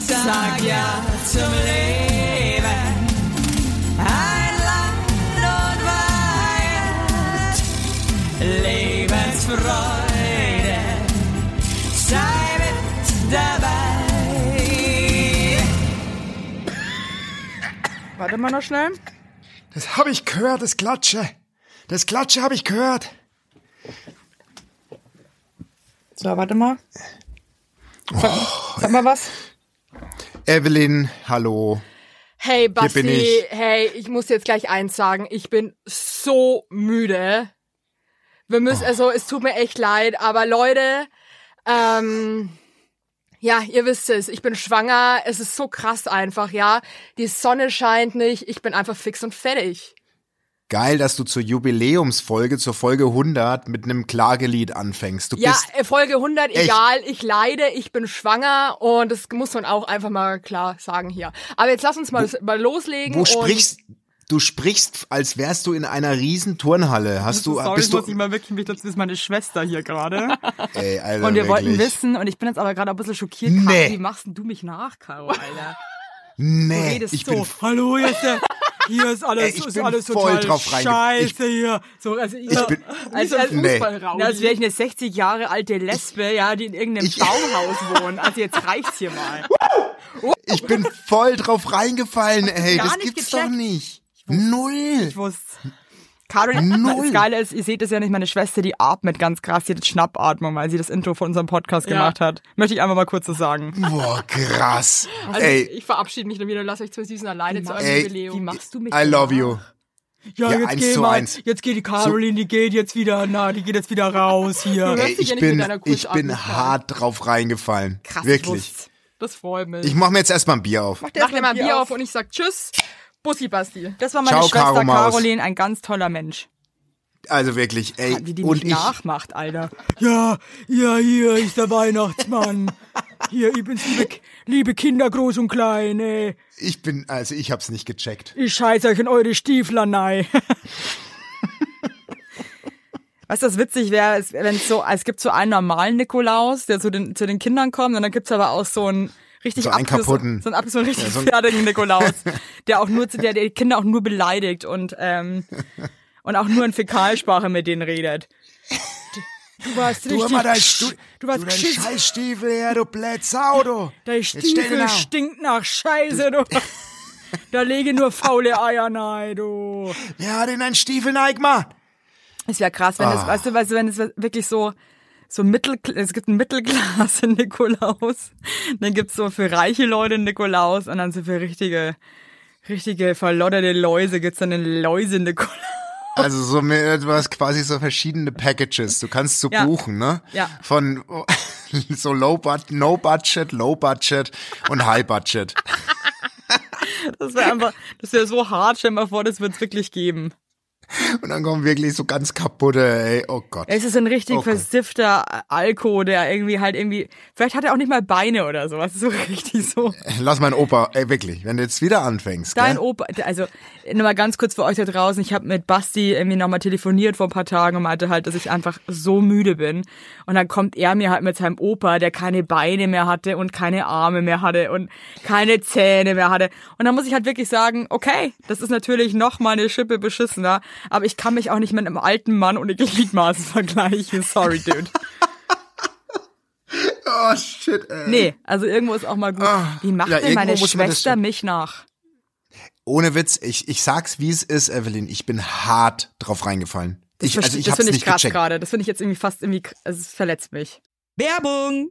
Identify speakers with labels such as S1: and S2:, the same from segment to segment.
S1: sag ja zum Leben. Ein Land und Weihend, Lebensfreude, sei mit dabei.
S2: Warte mal noch schnell.
S3: Das habe ich gehört, das Klatsche. Das Klatsche habe ich gehört.
S2: So, warte mal. Sag,
S3: Oh.
S2: sag mal was.
S3: Evelyn, hallo.
S4: Hey Basti,
S3: bin ich.
S4: hey, ich muss jetzt gleich eins sagen. Ich bin so müde. Wir müssen, also es tut mir echt leid, aber Leute, ähm, ja, ihr wisst es, ich bin schwanger. Es ist so krass einfach, ja. Die Sonne scheint nicht. Ich bin einfach fix und fertig.
S3: Geil, dass du zur Jubiläumsfolge, zur Folge 100 mit einem Klagelied anfängst. Du
S4: Ja,
S3: bist
S4: äh, Folge 100,
S3: echt.
S4: egal, ich leide, ich bin schwanger und das muss man auch einfach mal klar sagen hier. Aber jetzt lass uns mal, mal loslegen.
S3: wo
S4: und
S3: sprichst du sprichst, als wärst du in einer riesen Turnhalle. Hast du
S5: Sorry,
S3: bist du
S5: muss ich mal wirklich, mich- das ist meine Schwester hier gerade.
S3: ey, Alter,
S5: Und wir wollten
S3: wirklich.
S5: wissen, und ich bin jetzt aber gerade ein bisschen schockiert,
S3: Nee.
S5: Caro, wie machst denn du mich nach, Caro, Alter? Du
S3: Nee,
S5: redest
S3: ich
S5: so,
S3: bin
S5: hallo, hier ist, der, hier ist alles,
S3: Ey, ich
S5: ist
S3: bin
S5: alles
S3: voll
S5: total
S3: drauf reinge-
S5: scheiße hier. So, also, ja,
S3: bin-
S5: als, als,
S3: Nee.
S5: Na, als wäre ich eine 60 Jahre alte Lesbe, ja, die in irgendeinem
S3: Ich-
S5: Baumhaus wohnt. Also jetzt reicht's hier mal.
S3: ich bin voll drauf reingefallen, ey.
S5: gar
S3: Das
S5: nicht
S3: gibt's
S5: gecheckt?
S3: doch nicht. Null.
S5: Ich wusste. Karin,
S3: Null.
S5: das Geile ist, ihr seht es ja nicht, meine Schwester, die atmet ganz krass, die hat Schnappatmung, weil sie das Intro von unserem Podcast gemacht hat. Möchte ich einfach mal kurz so sagen.
S3: Boah, krass.
S5: Also
S3: ey,
S4: Also Ich verabschiede mich dann wieder und lasse euch zu Süßen alleine zu eurem
S3: Ey,
S4: Jubiläum.
S5: Wie machst du mich?
S3: I love you.
S5: Ja,
S3: Ja,
S5: jetzt
S3: eins
S5: geh
S3: zu
S5: mal.
S3: eins.
S5: Jetzt geht die Caroline, die geht jetzt wieder, na, die geht jetzt wieder raus hier.
S3: Ey,
S4: hörst dich
S3: ich
S4: ja nicht mit
S3: bin,
S4: deiner Kunst
S3: ich bin
S4: an.
S3: hart drauf reingefallen. Krass, Wirklich.
S5: wusst's.
S4: Das freut mich.
S3: Ich mache mir jetzt erstmal ein Bier auf.
S4: Mach dir mal ein Bier auf und ich sag Tschüss. Bussi Basti.
S5: Das war meine
S3: Ciao,
S5: Schwester
S3: Caro Maus.
S5: Caroline, ein ganz toller Mensch.
S3: Also wirklich, ey.
S5: Wie die
S3: Und
S5: mich
S3: ich,
S5: nachmacht, Alter. Ja, ja, hier ist der Weihnachtsmann. Hier, ich bin's, liebe, liebe Kinder, groß und klein, ey.
S3: ich bin, also ich hab's nicht gecheckt.
S5: Ich scheiß euch in eure Stiefler nei. Weißt du, was witzig wäre, ist, wenn so, es gibt so einen normalen Nikolaus, der zu den, zu den Kindern kommt, und dann gibt's aber auch so einen richtig
S3: So einen
S5: abges-
S3: kaputten.
S5: so einen, abges- so einen richtig
S3: Ja, so einen-
S5: fertigen Nikolaus, der auch nur, zu- der, der die Kinder auch nur beleidigt und, ähm, und auch nur in Fäkalsprache mit denen redet. Du warst
S3: Du hör mal dein, du,
S5: du warst
S3: dein
S5: geschissen.
S3: Scheißstiefel her, du Blätzau, du.
S5: Dein
S3: Jetzt stell dir
S5: Stiefel
S3: nach.
S5: stinkt nach Scheiße, du. Da lege nur faule Eier nein, du.
S3: Ja, den dein Stiefel neig mal.
S5: Ist ja krass, wenn das, weißt du, weißt du, wenn es wirklich so, so Mittel, es gibt einen Mittelklasse Nikolaus, dann gibt's so für reiche Leute einen Nikolaus und dann so für richtige, richtige verlodderte Läuse gibt's dann einen Läuse Nikolaus.
S3: Also so mit- du hast quasi so verschiedene Packages. Du kannst so
S5: Ja.
S3: buchen, ne?
S5: Ja.
S3: Von oh, so low budget, no budget, low budget und high budget.
S5: Das wäre einfach, das wäre so hart, stell dir mal vor, das wird's wirklich geben.
S3: Und dann kommen wirklich so ganz kaputte, ey, oh Gott.
S5: Es ist ein richtig
S3: Okay.
S5: versiffter Alko, der irgendwie halt irgendwie, vielleicht hat er auch nicht mal Beine oder sowas, so richtig so.
S3: Lass mein Opa, ey, wirklich, wenn du jetzt wieder anfängst.
S5: Dein
S3: gell?
S5: Opa, also nochmal ganz kurz für euch da draußen, ich habe mit Basti irgendwie nochmal telefoniert vor ein paar Tagen und meinte halt, dass ich einfach so müde bin. Und dann kommt er mir halt mit seinem Opa, der keine Beine mehr hatte und keine Arme mehr hatte und keine Zähne mehr hatte. Und dann muss ich halt wirklich sagen, okay, das ist natürlich nochmal eine Schippe beschissener, aber ich kann mich auch nicht mit einem alten Mann ohne Gliedmaßen vergleichen. Sorry, Dude.
S3: Oh shit, ey.
S5: Nee, also irgendwo ist auch mal gut. Wie macht
S3: Ah, ja,
S5: denn meine
S3: irgendwo muss man das
S5: Schwester
S3: schon-
S5: mich nach?
S3: Ohne Witz, ich, ich sag's wie es ist, Evelyn, ich bin hart drauf reingefallen.
S5: Das,
S3: ich, also
S5: verste-
S3: ich
S5: das
S3: hab's
S5: finde ich
S3: nicht
S5: krass
S3: gecheckt.
S5: gerade. Das finde ich jetzt irgendwie fast irgendwie, kr- also es verletzt mich.
S2: Werbung!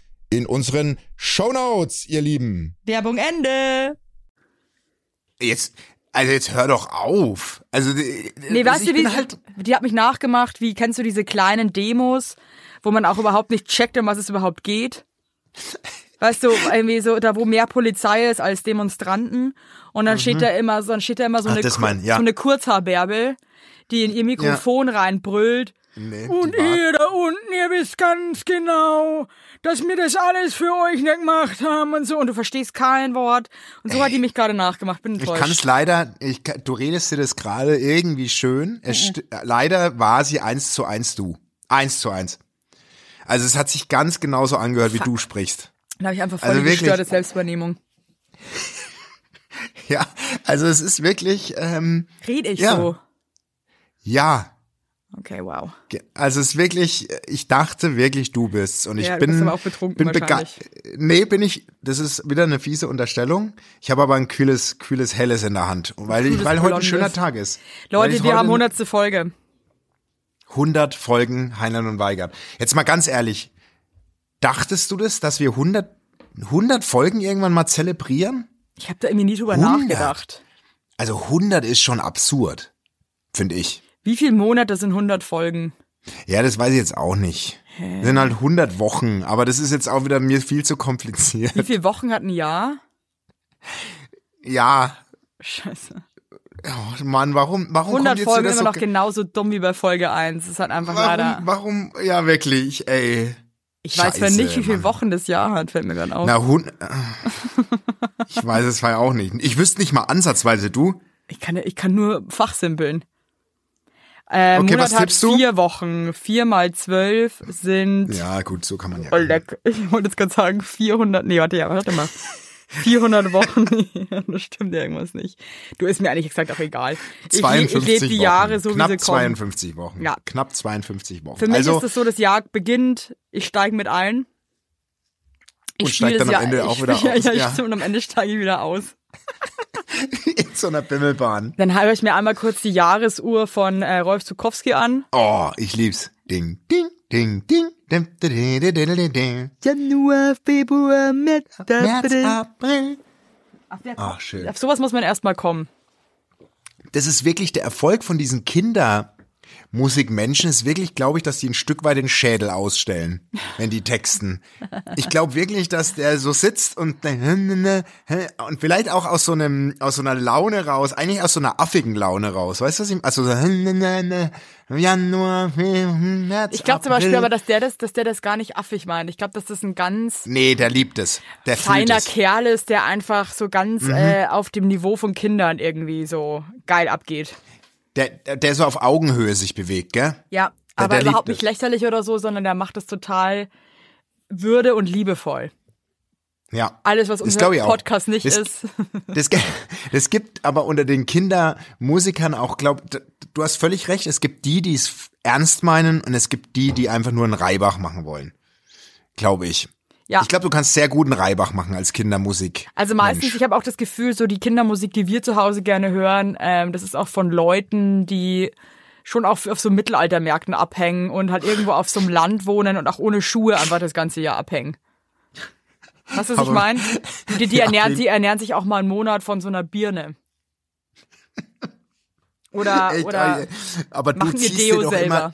S6: in unseren Shownotes, ihr Lieben.
S2: Werbung Ende.
S3: Jetzt, also jetzt hör doch auf. Also, d- d-
S5: Nee, weißt
S3: ich
S5: du, wie,
S3: bin halt,
S5: die hat mich nachgemacht, wie kennst du diese kleinen Demos, wo man auch überhaupt nicht checkt, um was es überhaupt geht? Weißt du, irgendwie so, da wo mehr Polizei ist als Demonstranten. Und dann steht da immer, so- dann steht da immer so,
S3: Mhm. Ach,
S5: eine,
S3: das
S5: Kur-
S3: mein- ja.
S5: so eine Kurzhaarbärbel, die in ihr Mikrofon reinbrüllt.
S3: Nee, die
S5: Und
S3: war-
S5: ihr da unten, ihr wisst ganz genau, dass wir das alles für euch nicht gemacht haben und so. Und du verstehst kein Wort. Und so hat die mich gerade nachgemacht. Bin
S3: ich
S5: enttäuscht.
S3: kann es leider, ich, kann- du redest dir das gerade irgendwie schön. Es
S5: Mhm.
S3: st- leider war sie eins zu eins du. Eins zu eins. Also es hat sich ganz genauso angehört, wie du sprichst.
S5: Dann habe ich einfach voll
S3: Also
S5: die
S3: wirklich.
S5: gestörte Selbstübernehmung.
S3: Ja, also es ist wirklich, ähm,
S5: Red ich
S3: Ja.
S5: so?
S3: ja,
S5: Okay, wow.
S3: Ge- Also es ist wirklich, ich dachte wirklich, du bist's. Und ich
S5: Ja, du
S3: bin,
S5: bist aber auch betrunken
S3: bin bega-
S5: wahrscheinlich.
S3: Nee, bin ich. Das ist wieder eine fiese Unterstellung. Ich habe aber ein kühles, kühles Helles in der Hand. Und Weil, ich, weil heute ein
S5: Blondes.
S3: schöner Tag ist. Weil
S5: Leute,
S3: ich
S5: wir
S3: heute
S5: haben hundertste Folge.
S3: 100 Folgen Heinlein und Weigert. Jetzt mal ganz ehrlich. Dachtest du das, dass wir 100, 100 Folgen irgendwann mal zelebrieren?
S5: Ich habe da irgendwie nie drüber
S3: 100?
S5: nachgedacht.
S3: Also 100 ist schon absurd, finde ich.
S5: Wie viele Monate sind 100 Folgen?
S3: Ja, das weiß ich jetzt auch nicht. Sind halt 100 Wochen, aber das ist jetzt auch wieder mir viel zu kompliziert.
S5: Wie viele Wochen hat ein Jahr?
S3: Ja,
S5: Scheiße.
S3: Oh Mann, warum, warum
S5: 100
S3: kommt jetzt
S5: Folgen
S3: wieder
S5: immer
S3: so
S5: noch genauso dumm wie bei Folge 1. Das ist halt einfach leider.
S3: warum, warum, ja wirklich, ey.
S5: Ich weiß zwar
S3: Scheiße,
S5: nicht, wie viele
S3: Mann.
S5: Wochen das Jahr hat, fällt mir gerade auf.
S3: Na, hun ich weiß es war ja auch nicht. Ich wüsste nicht mal ansatzweise, du.
S5: Ich, kann, ich kann nur fachsimpeln. Äh,
S3: Okay,
S5: Monat
S3: was
S5: hat
S3: tippst du?
S5: vier Wochen. Vier mal zwölf sind.
S3: Ja, gut, so kann man ja.
S5: Oh, leck. Ich wollte jetzt gerade sagen 400. Nee, warte, ja, warte mal. 400 Wochen. Nee, das stimmt irgendwas nicht. Du ist mir eigentlich exakt auch egal. Ich le-
S3: 52
S5: ich lebe die
S3: Wochen.
S5: Jahre so,
S3: Knapp
S5: wie sie kommen.
S3: 52 Wochen.
S5: Ja.
S3: Knapp 52 Wochen.
S5: Für mich
S3: also,
S5: ist es so, das Jahr beginnt, ich steige mit ein. Ich
S3: Und
S5: spiel
S3: steig dann
S5: das
S3: am Ende auch
S5: ich
S3: wieder
S5: spiel-
S3: aus,
S5: Ja, ja,
S3: ja.
S5: stimmt, und am Ende steige ich wieder aus.
S3: in so einer Bimmelbahn.
S5: Dann höre ich mir einmal kurz die Jahresuhr von äh, Rolf Zukowski an.
S3: Oh, ich lieb's. Ding, ding, ding, ding. Dim, didi, didi, didi, ding.
S5: Januar, Februar, März,
S3: März, April. Ach, schön.
S5: Auf sowas muss man erstmal kommen.
S3: das ist wirklich der Erfolg von diesen Kindermusikmenschen ist wirklich, glaube ich, dass die ein Stück weit den Schädel ausstellen, wenn die texten. Ich glaube wirklich, dass der so sitzt und ne, und vielleicht auch aus so einem aus so einer Laune raus, eigentlich aus so einer affigen Laune raus, weißt du was ich? Also so Januar, Februar, März,
S5: Ich glaube zum Beispiel
S3: April.
S5: aber, dass der das, dass der das gar nicht affig meint. Ich glaube, dass das ein ganz
S3: nee, der liebt es, der fühlt
S5: feiner
S3: es. Mhm.
S5: Kerl ist, der einfach so ganz äh, auf dem Niveau von Kindern irgendwie so geil abgeht.
S3: der, der, der so auf Augenhöhe sich bewegt, gell?
S5: Ja,
S3: Der-
S5: aber
S3: der
S5: überhaupt
S3: liebt
S5: nicht lächerlich oder so, sondern der macht das total würde und liebevoll.
S3: Ja.
S5: Alles, was
S3: Das
S5: unser
S3: glaub ich auch.
S5: Podcast nicht
S3: Das-
S5: ist.
S3: Das, ge- das gibt aber unter den Kindermusikern auch, glaub, d- du hast völlig recht, es gibt die, die es f- ernst meinen und es gibt die, die einfach nur einen Reibach machen wollen. Glaube ich.
S5: Ja.
S3: Ich glaube, du kannst sehr gut einen Reibach machen als Kindermusik.
S5: Also meistens,
S3: Mensch.
S5: ich habe auch das Gefühl, so die Kindermusik, die wir zu Hause gerne hören, ähm, das ist auch von Leuten, die schon auch auf so Mittelaltermärkten abhängen und halt irgendwo auf so einem Land wohnen und auch ohne Schuhe einfach das ganze Jahr abhängen. Weißt du, was ich
S3: Aber-
S5: meine? Die, die,
S3: Ja,
S5: ernähren,
S3: den-
S5: die ernähren sich auch mal einen Monat von so einer Birne. Oder,
S3: Echt,
S5: oder
S3: ey, aber du
S5: machen ihr
S3: ziehst dir
S5: Deo
S3: doch
S5: selber.
S3: immer,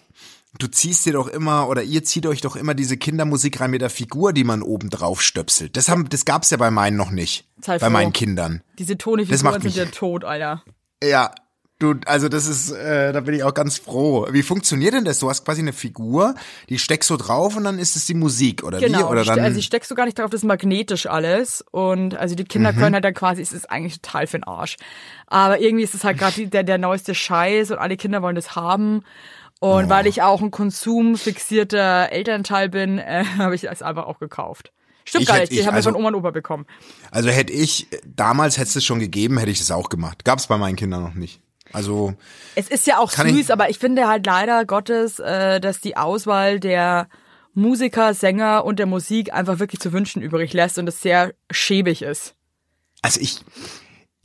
S3: du ziehst dir doch immer oder ihr zieht euch doch immer diese Kindermusik rein mit der Figur, die man oben drauf stöpselt. Das haben, das gab's ja bei meinen noch nicht.
S5: Sei
S3: bei
S5: froh.
S3: meinen Kindern.
S5: Diese Tonifiguren
S3: Das macht
S5: sind ja
S3: mich-
S5: tot, Alter.
S3: Ja. Du, also das ist, äh, da bin ich auch ganz froh. Wie funktioniert denn das? Du hast quasi eine Figur, die steckst so drauf und dann ist es die Musik oder wie?
S5: Genau,
S3: Oder
S5: ste-
S3: dann,
S5: also ich steckst du gar nicht drauf, das ist magnetisch alles. Und also die Kinder
S3: Mhm.
S5: können halt dann quasi, es ist eigentlich total für den Arsch. Aber irgendwie ist es halt gerade der, der neueste Scheiß und alle Kinder wollen das haben. Und
S3: Oh.
S5: weil ich auch ein konsumfixierter Elternteil bin, äh, habe ich das einfach auch gekauft. Stimmt
S3: Ich
S5: gar
S3: hätt-
S5: nicht, ich,
S3: ich-
S5: habe
S3: also-
S5: es von Oma und Opa bekommen.
S3: also hätte ich, damals hätte es schon gegeben, hätte ich das auch gemacht. Gab es bei meinen Kindern noch nicht. Also
S5: Es ist ja auch
S3: Kann
S5: süß,
S3: ich-
S5: aber ich finde halt leider Gottes, äh, dass die Auswahl der Musiker, Sänger und der Musik einfach wirklich zu wünschen übrig lässt und es sehr schäbig ist.
S3: Also ich.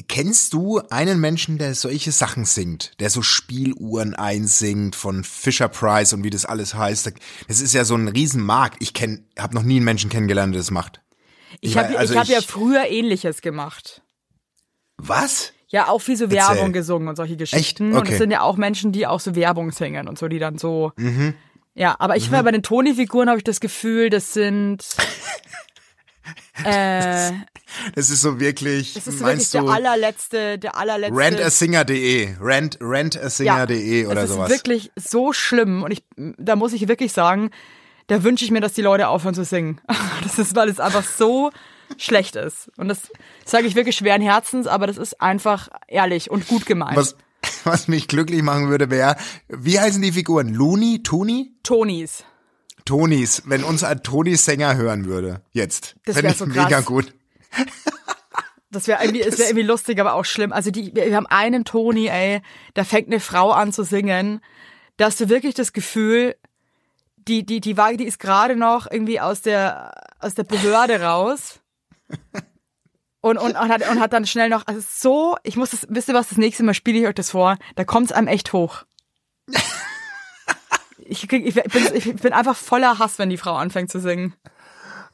S3: Kennst du einen Menschen, der solche Sachen singt, der so Spieluhren einsingt von Fisher Price und wie das alles heißt? Das ist ja so ein Riesenmarkt. Ich kenn, habe noch nie einen Menschen kennengelernt, der das macht.
S5: Ich
S3: mein,
S5: habe
S3: also
S5: ich hab ja
S3: ich-
S5: früher Ähnliches gemacht.
S3: Was?
S5: Ja, auch viel so
S3: Erzähl.
S5: Werbung gesungen und solche Geschichten. Und
S3: Okay.
S5: es sind ja auch Menschen, die auch so Werbung singen und so, die dann so.
S3: Mhm.
S5: Ja, aber ich war bei den Toni-Figuren habe ich das Gefühl, das sind. äh,
S3: Das ist so wirklich.
S5: das ist wirklich
S3: meinst
S5: der
S3: du?
S5: allerletzte, der allerletzte.
S3: Rentasinger.de, rent, rentasinger.de oder
S5: das
S3: sowas.
S5: ist wirklich so schlimm und ich, da muss ich wirklich sagen, da wünsche ich mir, dass die Leute aufhören zu singen. Das ist, weil es einfach so schlecht ist. Und das sage ich wirklich schweren Herzens, aber das ist einfach ehrlich und gut gemeint.
S3: was, was mich glücklich machen würde, wäre, wie heißen die Figuren? Looney, Tuni?
S5: Tonis.
S3: Tonis, wenn uns ein Toni-Sänger hören würde. Jetzt.
S5: Das
S3: Fänd
S5: wär
S3: ich
S5: so
S3: mega
S5: krass.
S3: gut.
S5: Das wäre irgendwie, es wäre irgendwie lustig, aber auch schlimm. Also die, wir wir haben einen Toni, ey, da fängt eine Frau an zu singen. Da hast du wirklich das Gefühl, die, die, die Waage, die ist gerade noch irgendwie aus der, aus der Behörde raus. Und, und, und, hat, und hat dann schnell noch, also so, ich muss das, wisst ihr was, das nächste Mal spiele ich euch das vor, da kommt's einem echt hoch. Ich, krieg, ich, bin, ich bin einfach voller Hass, wenn die Frau anfängt zu singen.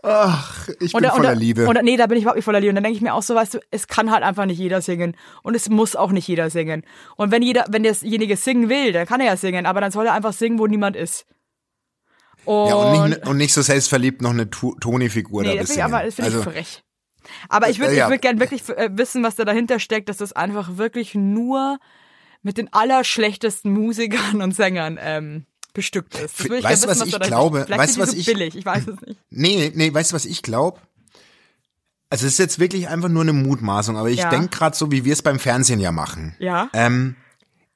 S3: Ach, ich bin
S5: da-
S3: voller
S5: da-
S3: Liebe.
S5: Und, da- nee, da bin ich überhaupt nicht voller Liebe. Und dann denke ich mir auch so, weißt du, es kann halt einfach nicht jeder singen. Und es muss auch nicht jeder singen. Und wenn jeder, wenn derjenige singen will, dann kann er ja singen, aber dann soll er einfach singen, wo niemand ist. Und,
S3: Ja, und nicht, und nicht so selbstverliebt noch eine Tu- Toni-Figur
S5: nee,
S3: da
S5: das finde
S3: bisschen.
S5: ich, aber, das find
S3: also,
S5: ich frech. Aber ich würde
S3: Ja.
S5: ich würd gern wirklich äh, wissen, was da dahinter steckt, dass das einfach wirklich nur mit den allerschlechtesten Musikern und Sängern ähm, bestückt ist. Das würd ich gern
S3: Weißt du,
S5: wissen,
S3: was ich
S5: da dahinter
S3: glaube?
S5: steckt. Vielleicht
S3: Weißt
S5: sind
S3: du, was
S5: die
S3: ich-
S5: so billig, ich weiß es nicht.
S3: nee, nee, weißt du, was ich glaube? Also es ist jetzt wirklich einfach nur eine Mutmaßung, aber ich
S5: Ja.
S3: denk gerade so, wie wir es beim Fernsehen ja machen.
S5: Ja.
S3: Ähm,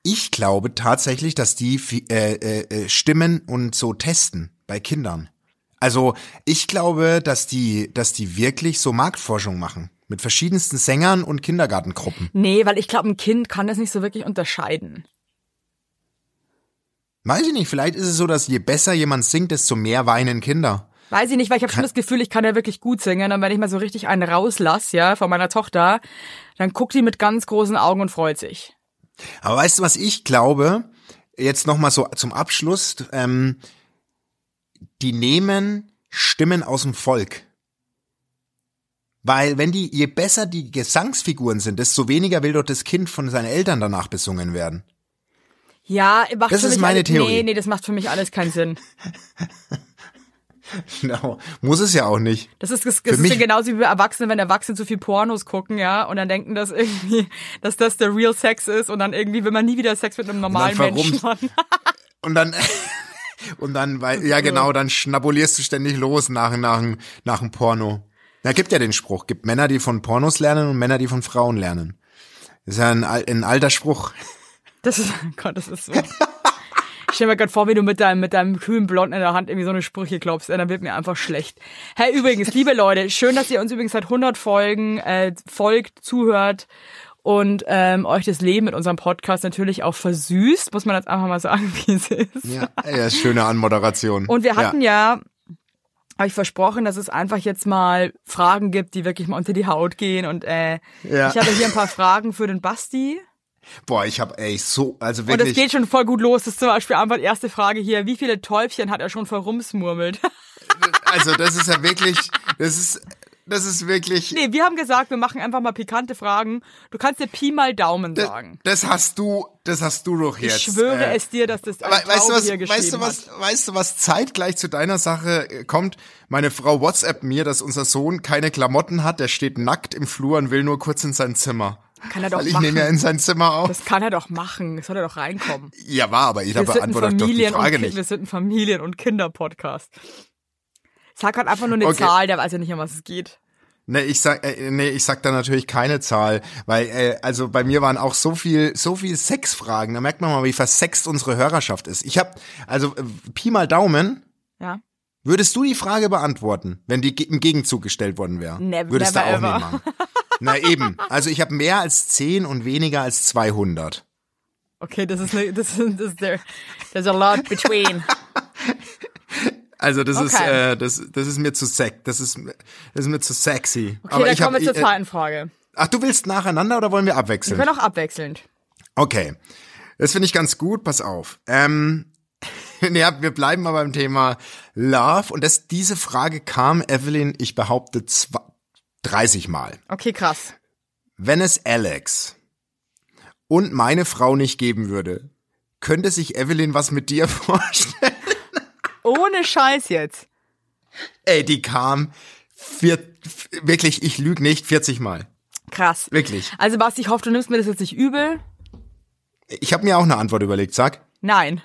S3: ich glaube tatsächlich, dass die fi- äh, äh, äh, Stimmen und so testen bei Kindern. Also ich glaube, dass die, dass die wirklich so Marktforschung machen mit verschiedensten Sängern und Kindergartengruppen.
S5: Nee, weil ich glaube, ein Kind kann das nicht so wirklich unterscheiden.
S3: Weiß ich nicht, vielleicht ist es so, dass je besser jemand singt, desto mehr weinen Kinder.
S5: Weiß ich nicht, weil ich habe schon das Gefühl, ich kann ja wirklich gut singen. Und wenn ich mal so richtig einen rauslass, ja, von meiner Tochter, dann guckt die mit ganz großen Augen und freut sich.
S3: Aber weißt du, was ich glaube? Jetzt nochmal so zum Abschluss. Ähm, die nehmen Stimmen aus dem Volk. Weil wenn die, je besser die Gesangsfiguren sind, desto weniger will doch das Kind von seinen Eltern danach besungen werden.
S5: Ja, macht
S3: Das
S5: für
S3: ist
S5: mich
S3: meine
S5: alles,
S3: Theorie.
S5: Nee, nee, das macht für mich alles keinen Sinn.
S3: Genau. Muss es ja auch nicht.
S5: Das ist, das,
S3: Für
S5: das ist
S3: mich-
S5: ja genauso wie bei Erwachsenen, wenn Erwachsene zu viel Pornos gucken, ja, und dann denken, dass irgendwie, dass das der Real Sex ist und dann irgendwie will man nie wieder Sex mit einem normalen Menschen
S3: verrummt-
S5: haben.
S3: Und dann, und dann, weil, ja genau, dann schnabulierst du ständig los nach, nach, nach dem Porno. Da gibt ja den Spruch, gibt Männer, die von Pornos lernen und Männer, die von Frauen lernen. Das ist ja ein, al- ein alter Spruch.
S5: Das ist, oh Gott, das ist so. Ich stell mir gerade vor, wie du mit deinem, mit deinem kühlen Blonden in der Hand irgendwie so eine Sprüche klopfst, ey, dann wird mir einfach schlecht. Hey, übrigens, liebe Leute, schön, dass ihr uns übrigens seit 100 Folgen äh, folgt, zuhört und ähm, euch das Leben mit unserem Podcast natürlich auch versüßt, muss man jetzt einfach mal sagen, wie es ist.
S3: Ja, ja schöne Anmoderation.
S5: Und wir hatten
S3: ja.
S5: ja, habe ich versprochen, dass es einfach jetzt mal Fragen gibt, die wirklich mal unter die Haut gehen und äh,
S3: Ja.
S5: ich habe hier ein paar Fragen für den Basti.
S3: Boah, ich hab, ey, so, also
S5: Und es
S3: wirklich.
S5: geht schon voll gut los. Das ist zum Beispiel einfach die erste Frage hier. Wie viele Täubchen hat er schon verrumsmurmelt?
S3: also, das ist ja wirklich, das ist, das ist wirklich.
S5: nee, wir haben gesagt, wir machen einfach mal pikante Fragen. Du kannst dir Pi mal Daumen
S3: Das,
S5: sagen.
S3: das hast du, das hast du doch
S5: Ich
S3: Äh, jetzt.
S5: schwöre
S3: äh,
S5: es dir, dass das ein
S3: Aber weißt du
S5: Taube
S3: was,
S5: hier geschrieben
S3: weißt du
S5: hat.
S3: was, weißt du was zeitgleich zu deiner Sache äh, kommt? Meine Frau WhatsApp mir, dass unser Sohn keine Klamotten hat, der steht nackt im Flur und will nur kurz in sein Zimmer.
S5: Kann er doch
S3: Weil ich
S5: machen.
S3: nehme ja in sein Zimmer auf.
S5: das kann er doch machen. Das soll er doch reinkommen.
S3: Ja, war, aber ich habe
S5: wir sind ein
S3: beantwortet doch die
S5: Familien-
S3: Frage
S5: und, Kind- Wir
S3: nicht.
S5: sind ein Familien- und Kinder-Podcast. Sag halt einfach nur eine
S3: Okay.
S5: Zahl, der weiß ja nicht, um was es geht.
S3: Nee, ich sag, äh, nee, ich sag da natürlich keine Zahl, weil äh, also bei mir waren auch so viel, so viel Sexfragen. Da merkt man mal, wie versext unsere Hörerschaft ist. Ich habe also äh, Pi mal Daumen.
S5: Ja.
S3: Würdest du die Frage beantworten, wenn die ge- im Gegenzug gestellt worden wäre?
S5: Never,
S3: Würdest du auch
S5: never, ever.
S3: nicht machen. Na eben. Also ich habe mehr als 10 und weniger als 200.
S5: Okay, das ist eine, das ist, das ist there, there's a lot between.
S3: Also das ist
S5: Okay.
S3: äh, das das ist mir zu sex, das ist mir- das ist mir zu sexy.
S5: Okay, dann kommen wir zur
S3: äh,
S5: zweiten Frage.
S3: Ach, du willst nacheinander oder wollen wir
S5: Ich
S3: abwechseln?
S5: bin auch abwechselnd.
S3: Okay. Das finde ich ganz gut, pass auf. Ähm, nee, wir bleiben mal beim Thema Love. Und das, diese Frage kam, Evelyn, ich behaupte, zwa- 30 Mal.
S5: Okay, krass.
S3: Wenn es Alex und meine Frau nicht geben würde, könnte sich Evelyn was mit dir vorstellen?
S5: Ohne Scheiß jetzt.
S3: Ey, die kam vier, f- wirklich, ich lüge nicht, 40 Mal.
S5: Krass.
S3: Wirklich.
S5: Also Basti, ich hoffe, du nimmst mir das jetzt nicht übel.
S3: Ich habe mir auch eine Antwort überlegt, sag.
S5: Nein.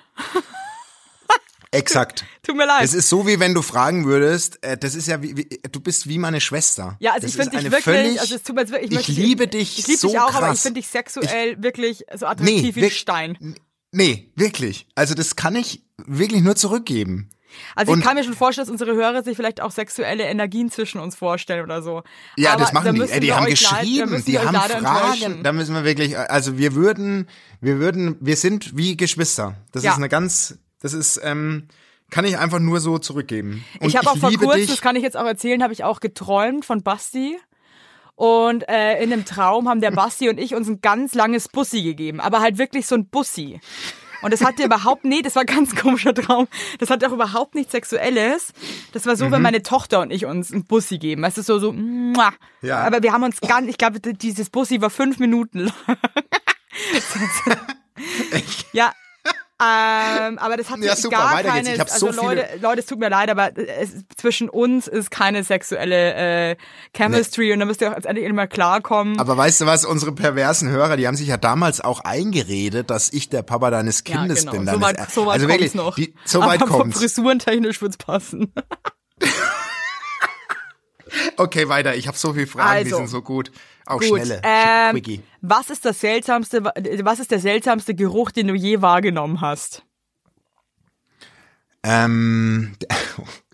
S3: Exakt.
S5: Tut mir leid.
S3: Es ist so, wie wenn du fragen würdest, äh, das ist ja wie, wie du bist wie meine Schwester.
S5: ja, also
S3: das
S5: ich finde
S3: ist
S5: dich
S3: eine
S5: wirklich,
S3: völlig-
S5: also es tut mir jetzt wirklich,
S3: ich
S5: möchte-
S3: liebe dich
S5: ich liebe
S3: so
S5: dich auch,
S3: krass.
S5: aber ich finde dich sexuell wirklich so attraktiv
S3: Nee,
S5: wie ein
S3: wirk-
S5: Stein.
S3: Nee, wirklich. Also das kann ich wirklich nur zurückgeben.
S5: Also ich
S3: Und-
S5: kann mir schon vorstellen, dass unsere Hörer sich vielleicht auch sexuelle Energien zwischen uns vorstellen oder so.
S3: Ja,
S5: Aber
S3: das
S5: da
S3: machen die.
S5: müssen
S3: Ey, die
S5: wir
S3: haben
S5: euch leid- da
S3: geschrieben,
S5: müssen
S3: die
S5: wir euch
S3: haben
S5: leider
S3: Fragen.
S5: enttäuschen.
S3: Da müssen wir wirklich, also wir würden, wir würden, wir sind wie Geschwister. Das
S5: Ja.
S3: ist eine ganz, das ist, ähm, kann ich einfach nur so zurückgeben. Und
S5: ich habe auch vor
S3: liebe
S5: kurzem,
S3: dich.
S5: das kann ich jetzt auch erzählen, habe ich auch geträumt von Basti. Und äh, in einem Traum haben der Basti und ich uns ein ganz langes Bussi gegeben, aber halt wirklich so ein Bussi. Und das hatte überhaupt, nee, das war ein ganz komischer Traum. Das hatte auch überhaupt nichts Sexuelles. Das war so,
S3: Mhm.
S5: wenn meine Tochter und ich uns ein Bussi geben. Es ist so, so, muah.
S3: Ja.
S5: Aber wir haben uns ganz, ich glaube, dieses Bussi war fünf Minuten lang. ja. Ähm, aber das hat
S3: Ja,
S5: sich
S3: super,
S5: gar
S3: weiter geht's.
S5: keine,
S3: Ich hab so
S5: also
S3: viele-
S5: Leute, Leute, es tut mir leid, aber es, zwischen uns ist keine sexuelle äh, Chemistry und da müsst ihr auch als endlich immer klarkommen.
S3: Aber weißt du was, unsere perversen Hörer, die haben sich ja damals auch eingeredet, dass ich der Papa deines
S5: ja,
S3: Kindes
S5: genau.
S3: bin.
S5: So
S3: Dann
S5: weit,
S3: ist-
S5: so weit
S3: also
S5: kommt's
S3: wirklich,
S5: noch.
S3: Die, so weit
S5: aber
S3: kommt's.
S5: frisurentechnisch wird's passen.
S3: Okay, weiter. Ich habe so viele Fragen, die
S5: Also.
S3: sind so gut. Auch
S5: Gut,
S3: schnelle.
S5: ähm,
S3: Quickie.
S5: Was ist das seltsamste, was ist der seltsamste Geruch, den du je wahrgenommen hast?
S3: Ähm,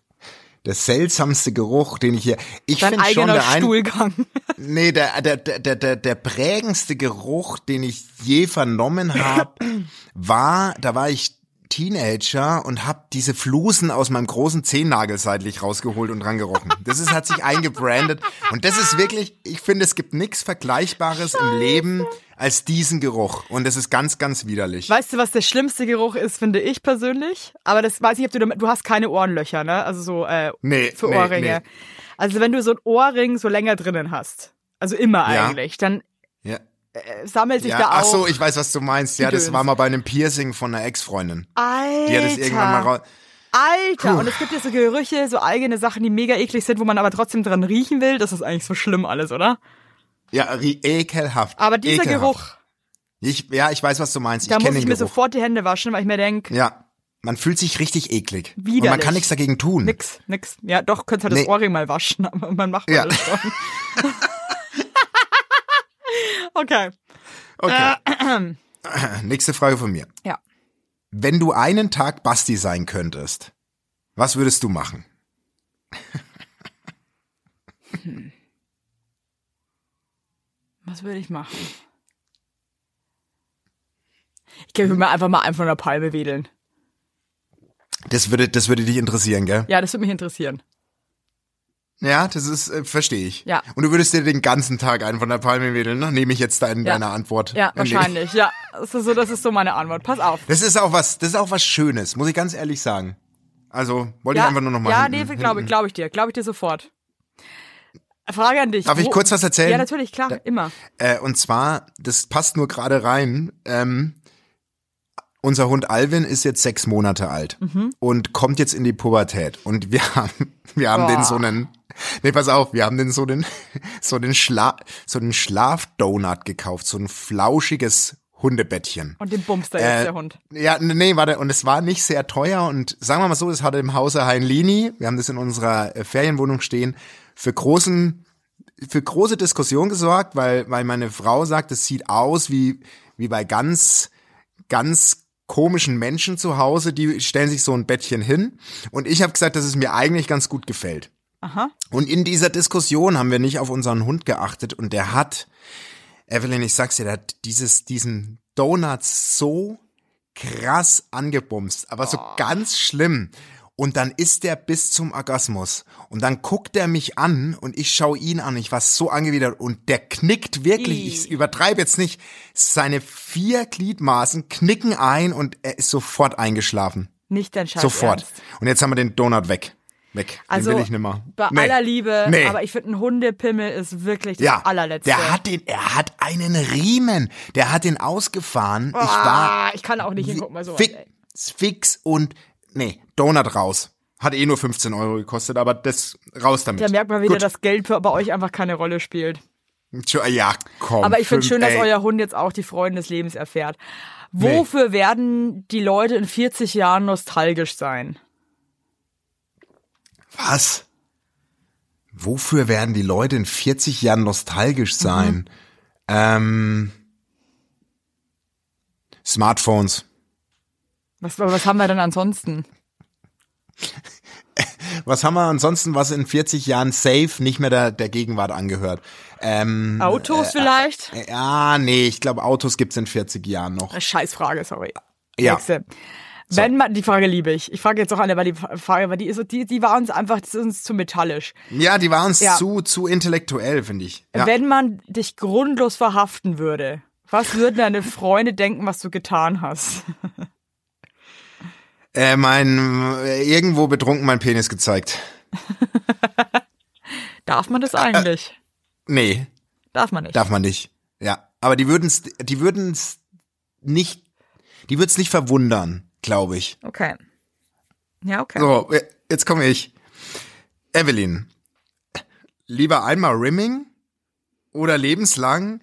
S3: der seltsamste Geruch, den ich hier. Ich
S5: Dein
S3: finde schon
S5: eigener
S3: der ein,
S5: Stuhlgang.
S3: nee, der, der, der, der, der, der prägendste Geruch, den ich je vernommen habe, war, da war ich Teenager und habe diese Flusen aus meinem großen Zehennagel seitlich rausgeholt und dran gerochen. Das ist, hat sich eingebrandet und das ist wirklich, ich finde, es gibt nichts Vergleichbares im Leben als diesen Geruch und das ist ganz, ganz widerlich.
S5: Weißt du, was der schlimmste Geruch ist, finde ich persönlich? Aber das weiß ich, ob du damit, du hast keine Ohrenlöcher, ne? Also so äh,
S3: Nee,
S5: für
S3: nee,
S5: Ohrringe.
S3: nee.
S5: Also wenn du so ein Ohrring so länger drinnen hast, also immer
S3: Ja.
S5: eigentlich, dann
S3: Ja.
S5: äh, sammelt sich
S3: Ja,
S5: da
S3: ach
S5: auch.
S3: so, ich weiß, was du meinst. Ja, das
S5: Gedöns.
S3: war mal bei einem Piercing von einer Ex-Freundin.
S5: Alter,
S3: Die hat es irgendwann mal raus.
S5: Alter. Und es gibt ja so Gerüche, so eigene Sachen, die mega eklig sind, wo man aber trotzdem dran riechen will. Das ist eigentlich so schlimm alles, oder?
S3: Ja, ri- ekelhaft.
S5: Aber dieser
S3: ekelhaft.
S5: Geruch,
S3: Ich, ja, ich weiß, was du meinst.
S5: da
S3: ich
S5: muss
S3: kenne
S5: ich
S3: den
S5: mir
S3: Geruch.
S5: sofort die Hände waschen, weil ich mir denke,
S3: ja, man fühlt sich richtig eklig. Und man
S5: Widerlich.
S3: kann nichts dagegen tun.
S5: nix, nix. Ja, doch, könntest halt
S3: Nee.
S5: das Ohrring mal waschen, aber man macht
S3: Ja.
S5: ja. das schon. okay.
S3: Okay. Nächste Frage von mir.
S5: Äh, Ja.
S3: Wenn du einen Tag Basti sein könntest, was würdest du machen?
S5: Was würde ich machen? Ich glaube, ich würde mir einfach mal einen von der Palme wedeln.
S3: Das würde, das würde dich interessieren, gell?
S5: Ja, das würde mich interessieren.
S3: Ja, das ist, äh, verstehe ich.
S5: Ja.
S3: Und du würdest dir den ganzen Tag einen von der Palme wedeln, ne? Nehme ich jetzt dein,
S5: Ja.
S3: deine Antwort.
S5: Ja,
S3: entgegen.
S5: wahrscheinlich. Ja, das ist so, das ist so meine Antwort. Pass auf.
S3: Das ist auch was, das ist auch was Schönes, muss ich ganz ehrlich sagen. Also, wollte
S5: ja,
S3: ich einfach nur nochmal.
S5: Ja, nee, glaube ich, glaube ich dir. Glaube ich dir sofort. Frage an dich.
S3: Darf ich kurz was erzählen?
S5: Ja, natürlich, klar, immer.
S3: Äh, und zwar, das passt nur gerade rein. Ähm, unser Hund Alvin ist jetzt sechs Monate alt und kommt jetzt in die Pubertät. Und wir haben, wir haben den so einen, Nee, pass auf, wir haben den so den, so den, Schla so den Schlafdonut gekauft, so ein flauschiges Hundebettchen.
S5: Und den bumst da jetzt
S3: Äh,
S5: der Hund.
S3: Ja, n- nee, warte, und es war nicht sehr teuer und sagen wir mal so, es hatte im Hause Heinlini, wir haben das in unserer äh, Ferienwohnung stehen, für großen, für große Diskussion gesorgt, weil, weil meine Frau sagt, es sieht aus wie, wie bei ganz, ganz komischen Menschen zu Hause, die stellen sich so ein Bettchen hin und ich habe gesagt, dass es mir eigentlich ganz gut gefällt. Und in dieser Diskussion haben wir nicht auf unseren Hund geachtet und der hat, Evelyn, ich sag's dir, der hat dieses, diesen Donut so krass angebumst, aber so
S5: Ah.
S3: ganz schlimm. Und dann ist der bis zum Orgasmus. Und dann guckt er mich an und ich schaue ihn an. Ich war so angewidert und der knickt wirklich. Ich übertreibe jetzt nicht. Seine vier Gliedmaßen knicken ein und er ist sofort eingeschlafen.
S5: Nicht dein Scheiß.
S3: sofort.
S5: Ernst.
S3: Und jetzt haben wir den Donut weg. Weg.
S5: Also,
S3: den will ich nimmer.
S5: bei
S3: Nee.
S5: aller Liebe,
S3: Nee.
S5: aber ich finde, ein Hundepimmel ist wirklich das
S3: ja,
S5: allerletzte.
S3: Der hat den, er hat einen Riemen. Der hat den ausgefahren. Ich
S5: ah,
S3: war
S5: ich kann auch nicht hingucken, mal sowas.
S3: fix,
S5: ey.
S3: fix und nee, Donut raus. Hat eh nur 15 Euro gekostet, aber das raus damit.
S5: Da merkt man wieder,
S3: Gut.
S5: dass Geld für, bei euch einfach keine Rolle spielt.
S3: Tja, Ja, komm.
S5: Aber ich finde
S3: um fünf,
S5: schön, dass
S3: ey.
S5: euer Hund jetzt auch die Freuden des Lebens erfährt. Wofür werden die Leute in 40 Jahren nostalgisch sein?
S3: Was? Wofür werden die Leute in 40 Jahren
S5: Mhm.
S3: nostalgisch sein? Ähm, Smartphones.
S5: Was, was haben wir denn ansonsten?
S3: Was haben wir ansonsten, was in 40 Jahren safe nicht mehr der, der Gegenwart angehört? Ähm,
S5: Autos vielleicht?
S3: äh, Ja, nee, ich glaube, Autos gibt's in 40 Jahren noch.
S5: Scheißfrage, sorry.
S3: äh. Ja.
S5: Nächste. Wenn man, die Frage liebe ich. Ich frage jetzt auch eine, weil die Frage, weil die ist, so- die, die war uns einfach, das ist uns zu metallisch.
S3: Ja, die waren uns
S5: Ja.
S3: zu, zu intellektuell, finde ich. Ja.
S5: Wenn man dich grundlos verhaften würde, was würden deine Freunde denken, was du getan hast?
S3: Äh, mein, äh, irgendwo betrunken mein Penis gezeigt.
S5: Darf man das eigentlich?
S3: Nee,
S5: Darf man nicht.
S3: Äh, darf man nicht. Ja, aber die würden's, die würden's nicht, die würd's nicht verwundern, glaube ich.
S5: Okay. Ja, okay.
S3: So, äh, jetzt komme ich. Evelyn, lieber einmal Rimming oder lebenslang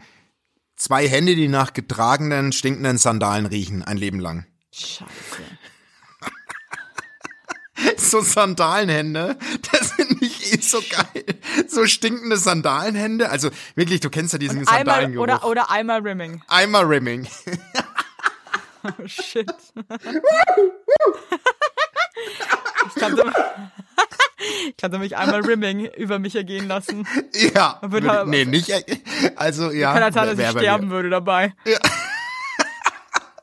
S3: zwei Hände, die nach getragenen, stinkenden Sandalen riechen, ein Leben lang.
S5: Scheiße.
S3: So Sandalenhände, das sind nicht eh so geil. So stinkende Sandalenhände, also wirklich, du kennst ja diesen
S5: Einmal
S3: Sandalengeruch.
S5: oder, oder einmal Rimming.
S3: einmal Rimming.
S5: Oh, shit. ich kann so- ich kann so mich einmal Rimming über mich ergehen lassen.
S3: Ja,
S5: Wird
S3: würde-
S5: aber-
S3: nee, nicht, äh, also ja.
S5: Kann ja sein,
S3: wär-
S5: dass
S3: wär
S5: ich
S3: bei mir.
S5: halt sterben würde dabei.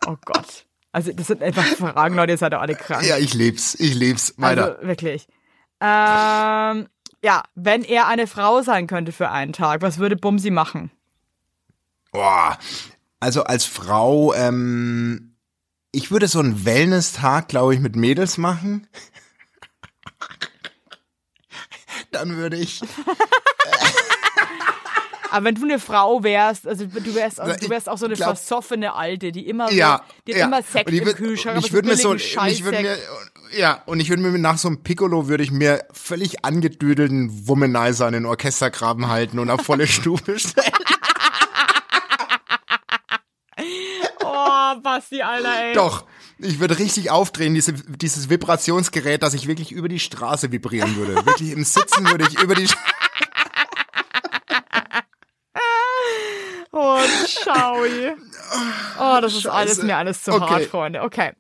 S5: oh Gott. Also, das sind einfach Fragen, Leute, ihr seid doch alle krank.
S3: Ja, ich leb's, ich leb's. Weiter.
S5: Also, wirklich. Ähm, ja, wenn er eine Frau sein könnte für einen Tag, was würde Bumsi machen?
S3: Boah. Also als Frau, ähm, ich würde so einen Wellness-Tag, glaube ich, mit Mädels machen. Dann würde ich,
S5: Aber wenn du eine Frau wärst, also du wärst, also, du
S3: ich
S5: wärst auch so eine
S3: glaub-
S5: versoffene Alte, die immer,
S3: ja,
S5: Also, die hat
S3: ja.
S5: immer Sekt
S3: Und ich
S5: im
S3: würd-
S5: Kühlschrank,
S3: und
S5: aber
S3: ich würde mir so,
S5: billigen
S3: und ich würde
S5: Scheißsekt.
S3: mir, ja, und ich würde mir nach so einem Piccolo würde ich mir völlig angedüdelten Womanizer in den Orchestergraben halten und auf volle Stufe stellen.
S5: Oh, Basti, Alter, ey.
S3: Doch, ich würde richtig aufdrehen, diese, dieses Vibrationsgerät, dass ich wirklich über die Straße vibrieren würde. Wirklich im Sitzen würde ich über die Straße.
S5: Und Oh, Schaui. Oh, das ist alles mir alles zu
S3: Okay.
S5: hart, Freunde. Okay.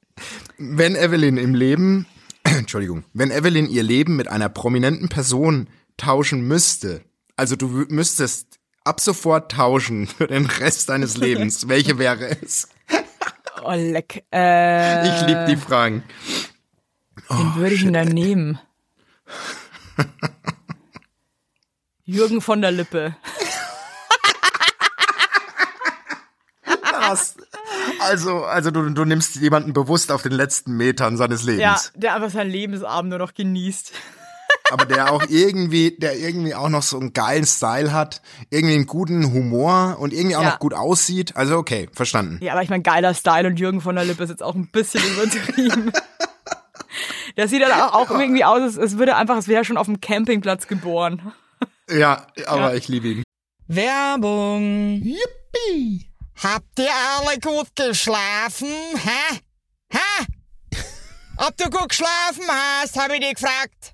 S3: Wenn Evelyn im Leben, Entschuldigung, wenn Evelyn ihr Leben mit einer prominenten Person tauschen müsste, also du wü- müsstest ab sofort tauschen für den Rest deines Lebens, welche wäre es?
S5: Oh, leck. Äh,
S3: Ich liebe die Fragen.
S5: wen
S3: Oh,
S5: würde ich denn da nehmen? Jürgen von der Lippe.
S3: Krass. Also, also du, du nimmst jemanden bewusst auf den letzten Metern seines Lebens.
S5: Ja, der einfach seinen Lebensabend nur noch genießt.
S3: aber der auch irgendwie, der irgendwie auch noch so einen geilen Style hat, irgendwie einen guten Humor und irgendwie auch
S5: Ja.
S3: noch gut aussieht. Also okay, verstanden.
S5: Ja, aber ich mein, geiler Style und Jürgen von der Lippe ist jetzt auch ein bisschen übertrieben. Der sieht dann auch irgendwie aus, als, als würde er einfach, als wäre er schon auf dem Campingplatz geboren.
S7: Ja, aber ich liebe ihn.
S2: Werbung.
S8: Yippie! Habt ihr alle gut geschlafen? Hä? Hä? Ob du gut geschlafen hast, habe ich dich gefragt.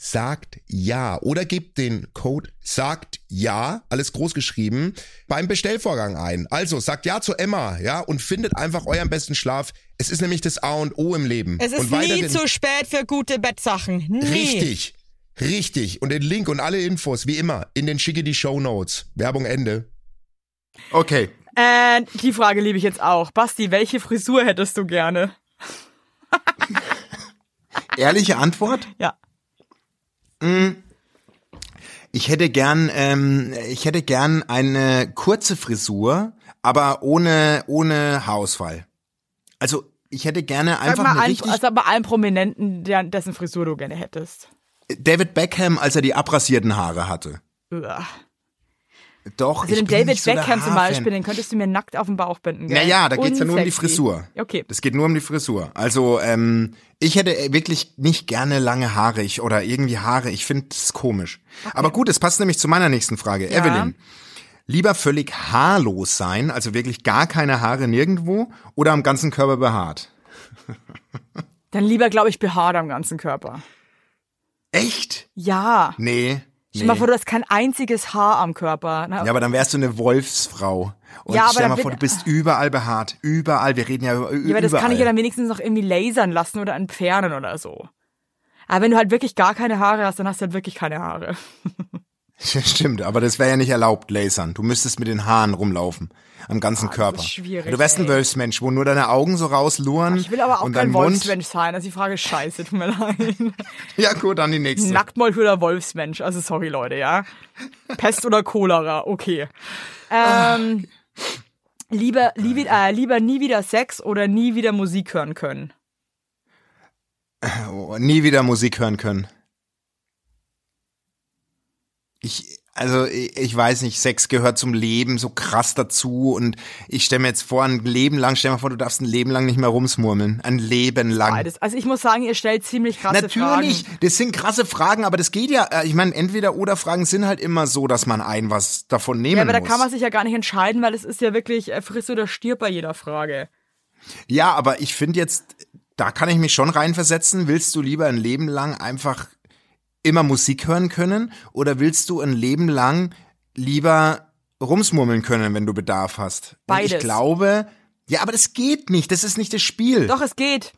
S3: sagt ja oder gebt den Code sagt ja, alles groß geschrieben, beim Bestellvorgang ein. Also sagt ja zu Emma, ja, und findet einfach euren besten Schlaf. Es ist nämlich das A und O im Leben.
S2: Es ist
S3: und
S2: nie
S3: weiterhin-
S2: zu spät für gute Bettsachen. Nie.
S3: Richtig. Richtig. Und den Link und alle Infos, wie immer, in den Schicke die Show Notes. Werbung Ende.
S7: Okay,
S5: Äh, die Frage liebe ich jetzt auch. Basti, welche Frisur hättest du gerne?
S7: ehrliche Antwort?
S5: Ja.
S7: Ich hätte gern, ähm, ich hätte gern eine kurze Frisur, aber ohne ohne Haarausfall. Also ich hätte gerne
S5: Sag
S7: einfach
S5: mal, also
S7: eine
S5: einen,
S7: richtig
S5: sag mal einen Prominenten, der- dessen Frisur du gerne hättest.
S7: David Beckham, als er die abrasierten Haare hatte.
S5: Uah.
S7: Doch,
S5: Also
S7: ich
S5: den
S7: bin
S5: David
S7: nicht so der
S5: Beckham zum Beispiel,
S7: Haarfan.
S5: den könntest du mir nackt auf den Bauch binden. Gell?
S7: Naja, da geht's ja nur um die
S5: Unsexy.
S7: Frisur.
S5: Okay.
S7: Das geht nur um die Frisur. Also ähm, ich hätte wirklich nicht gerne lange Haare ich, oder irgendwie Haare. Ich finde es komisch. Aber gut, es passt nämlich zu meiner nächsten Frage. Evelyn, lieber völlig haarlos sein, also wirklich gar keine Haare nirgendwo oder am ganzen Körper behaart?
S5: Dann lieber, glaube ich, behaart am ganzen Körper.
S7: Echt?
S5: Ja.
S7: Nee.
S5: Stell mal
S7: nee.
S5: vor, du hast kein einziges Haar am Körper. Na,
S7: Ja, aber dann wärst du eine Wolfsfrau. Und
S5: Ja, aber
S7: stell
S5: dann
S7: mal
S5: bin-
S7: vor, du bist überall behaart. Überall. Wir reden ja über
S5: Ja, aber das
S7: überall.
S5: kann ich ja dann wenigstens noch irgendwie lasern lassen oder entfernen oder so. Aber wenn du halt wirklich gar keine Haare hast, dann hast du halt wirklich keine Haare.
S7: Stimmt, aber das wäre ja nicht erlaubt, Lasern. Du müsstest mit den Haaren rumlaufen. Am ganzen Körper.
S5: Ah, ist schwierig,
S7: du wärst ein
S5: ey.
S7: Wölfsmensch, wo nur deine Augen so rausluren.
S5: Ich will aber auch
S7: und
S5: kein
S7: dein Mund.
S5: Wolfsmensch sein. Also die Frage ist scheiße, tut mir leid.
S7: Ja, gut, dann die nächste.
S5: Nacktmolch oder Wolfsmensch. Also sorry, Leute, ja. Pest oder Cholera, okay. Ähm, lieber, nie wi- äh, lieber nie wieder Sex oder nie wieder Musik hören können.
S7: Oh, nie wieder Musik hören können. Ich, also, ich, ich weiß nicht, Sex gehört zum Leben so krass dazu und ich stelle mir jetzt vor, ein Leben lang, stell mir vor, du darfst ein Leben lang nicht mehr rumsmurmeln. Ein Leben lang.
S5: Beides. Also ich muss sagen, ihr stellt ziemlich krasse
S7: Natürlich,
S5: Fragen.
S7: das sind krasse Fragen, aber das geht ja, äh, ich meine, entweder oder Fragen sind halt immer so, dass man ein was davon nehmen
S5: Ja, aber da
S7: muss.
S5: kann man sich ja gar nicht entscheiden, weil es ist ja wirklich äh, friss oder stirb bei jeder Frage.
S7: ja, aber ich finde jetzt, da kann ich mich schon reinversetzen, willst du lieber ein Leben lang einfach immer Musik hören können oder willst du ein Leben lang lieber rumsmurmeln können, wenn du Bedarf hast? Und Ich
S5: Beides.
S7: glaube, ja, aber das geht nicht, das ist nicht das Spiel.
S5: Doch, es geht.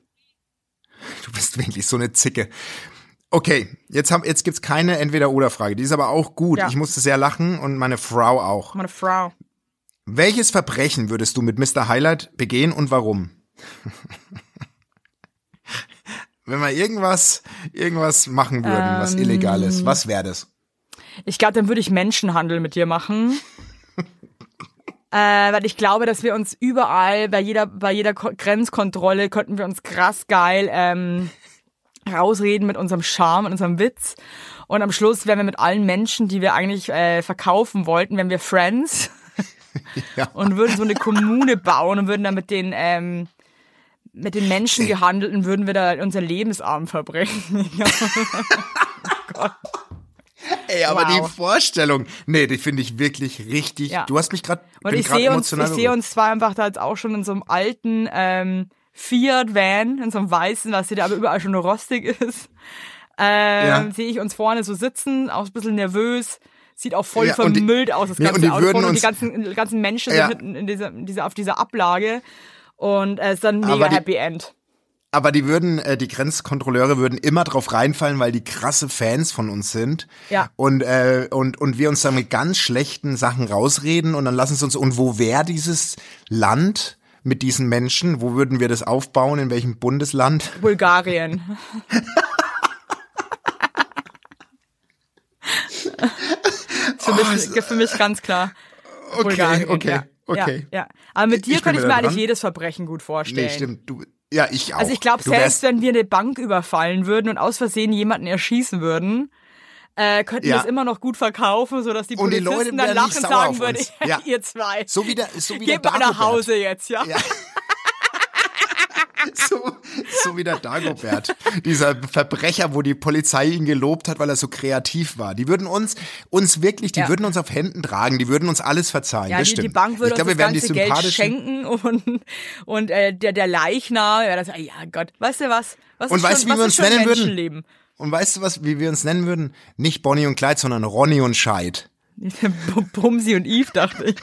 S7: Du bist wirklich so eine Zicke. Okay, jetzt, haben, jetzt gibt's keine Entweder-Oder-Frage. Die ist aber auch gut.
S5: Ja.
S7: Ich musste sehr lachen und meine Frau auch.
S5: Meine Frau.
S7: Welches Verbrechen würdest du mit Mr. Highlight begehen und warum? Wenn wir irgendwas, irgendwas machen würden, was
S5: Ähm,
S7: illegal ist, was wäre das?
S5: Ich glaube, dann würde ich Menschenhandel mit dir machen. äh, weil ich glaube, dass wir uns überall, bei jeder, bei jeder Ko Grenzkontrolle, könnten wir uns krass geil ähm, rausreden mit unserem Charme und unserem Witz. Und am Schluss wären wir mit allen Menschen, die wir eigentlich äh, verkaufen wollten, wären wir Friends. Und würden so eine Kommune bauen und würden dann mit den ähm, mit den Menschen gehandelten, würden wir da unser Lebensarm verbringen.
S7: Ey, aber
S5: Wow.
S7: die Vorstellung, nee, die finde ich wirklich richtig.
S5: Ja.
S7: Du hast mich gerade
S5: Und ich
S7: gerade
S5: sehe uns, ich
S7: emotional.
S5: sehe uns zwar einfach da jetzt auch schon in so einem alten ähm, Fiat-Van, in so einem weißen, was hier da aber überall schon rostig ist. Ähm,
S7: Ja.
S5: Sehe ich uns vorne so sitzen, auch ein bisschen nervös. Sieht auch voll
S7: Ja, und die-
S5: vermüllt aus, das
S7: Nee, und
S5: ganze
S7: die
S5: Auto.
S7: würden
S5: und die
S7: uns-
S5: ganzen, die ganzen Menschen
S7: Ja.
S5: sind hinten in dieser, in dieser, auf dieser Ablage. Und äh, es ist dann ein mega
S7: Aber die-
S5: Happy End.
S7: Aber die würden, äh, die Grenzkontrolleure würden immer drauf reinfallen, weil die krasse Fans von uns sind.
S5: Ja.
S7: Und, äh, und, und wir uns dann mit ganz schlechten Sachen rausreden und dann lassen sie uns, und wo wäre dieses Land mit diesen Menschen? Wo würden wir das aufbauen? In welchem Bundesland?
S5: Bulgarien. für, mich, für mich ganz klar.
S7: Oh, Okay,
S5: Bulgarien,
S7: okay,
S5: ja.
S7: okay.
S5: Ja, ja. Aber mit dir
S7: Ich bin
S5: könnte ich mir
S7: wieder
S5: eigentlich
S7: dran.
S5: jedes Verbrechen gut vorstellen.
S7: Nee, stimmt. Du, ja, ich auch.
S5: Also ich glaube,
S7: Du
S5: selbst
S7: wärst-
S5: wenn wir eine Bank überfallen würden und aus Versehen jemanden erschießen würden, äh, könnten
S7: Ja.
S5: wir es immer noch gut verkaufen, sodass die
S7: Und die
S5: Polizisten
S7: Leute
S5: dann
S7: wären
S5: lachen
S7: nicht
S5: und
S7: sauer
S5: sagen
S7: auf
S5: würden,
S7: uns. Ja.
S5: ihr zwei,
S7: so wie der, so wie
S5: geht
S7: der
S5: mal nach
S7: Dagobert.
S5: Hause jetzt, ja.
S7: Ja. So, so wie der Dagobert, dieser Verbrecher, wo die Polizei ihn gelobt hat, weil er so kreativ war. Die würden uns, uns wirklich, die
S5: Ja.
S7: würden uns auf Händen tragen, die würden uns alles verzeihen.
S5: Ja,
S7: das
S5: die,
S7: stimmt.
S5: die Bank würde
S7: ich glaube,
S5: uns
S7: wir
S5: das
S7: wären die
S5: ganze Geld
S7: sympathischen.
S5: schenken und, und äh, der, der Leichnam, ja, das, ah, ja Gott, weißt du was? was
S7: Und
S5: ist
S7: weißt
S5: schon,
S7: du,
S5: was
S7: wie wir
S5: ist
S7: uns
S5: schon
S7: nennen würden?
S5: Menschenleben?
S7: Und weißt du was, wie wir uns nennen würden? Nicht Bonnie und Clyde, sondern Ronny und Scheid.
S5: Bumsi und Eve, dachte ich.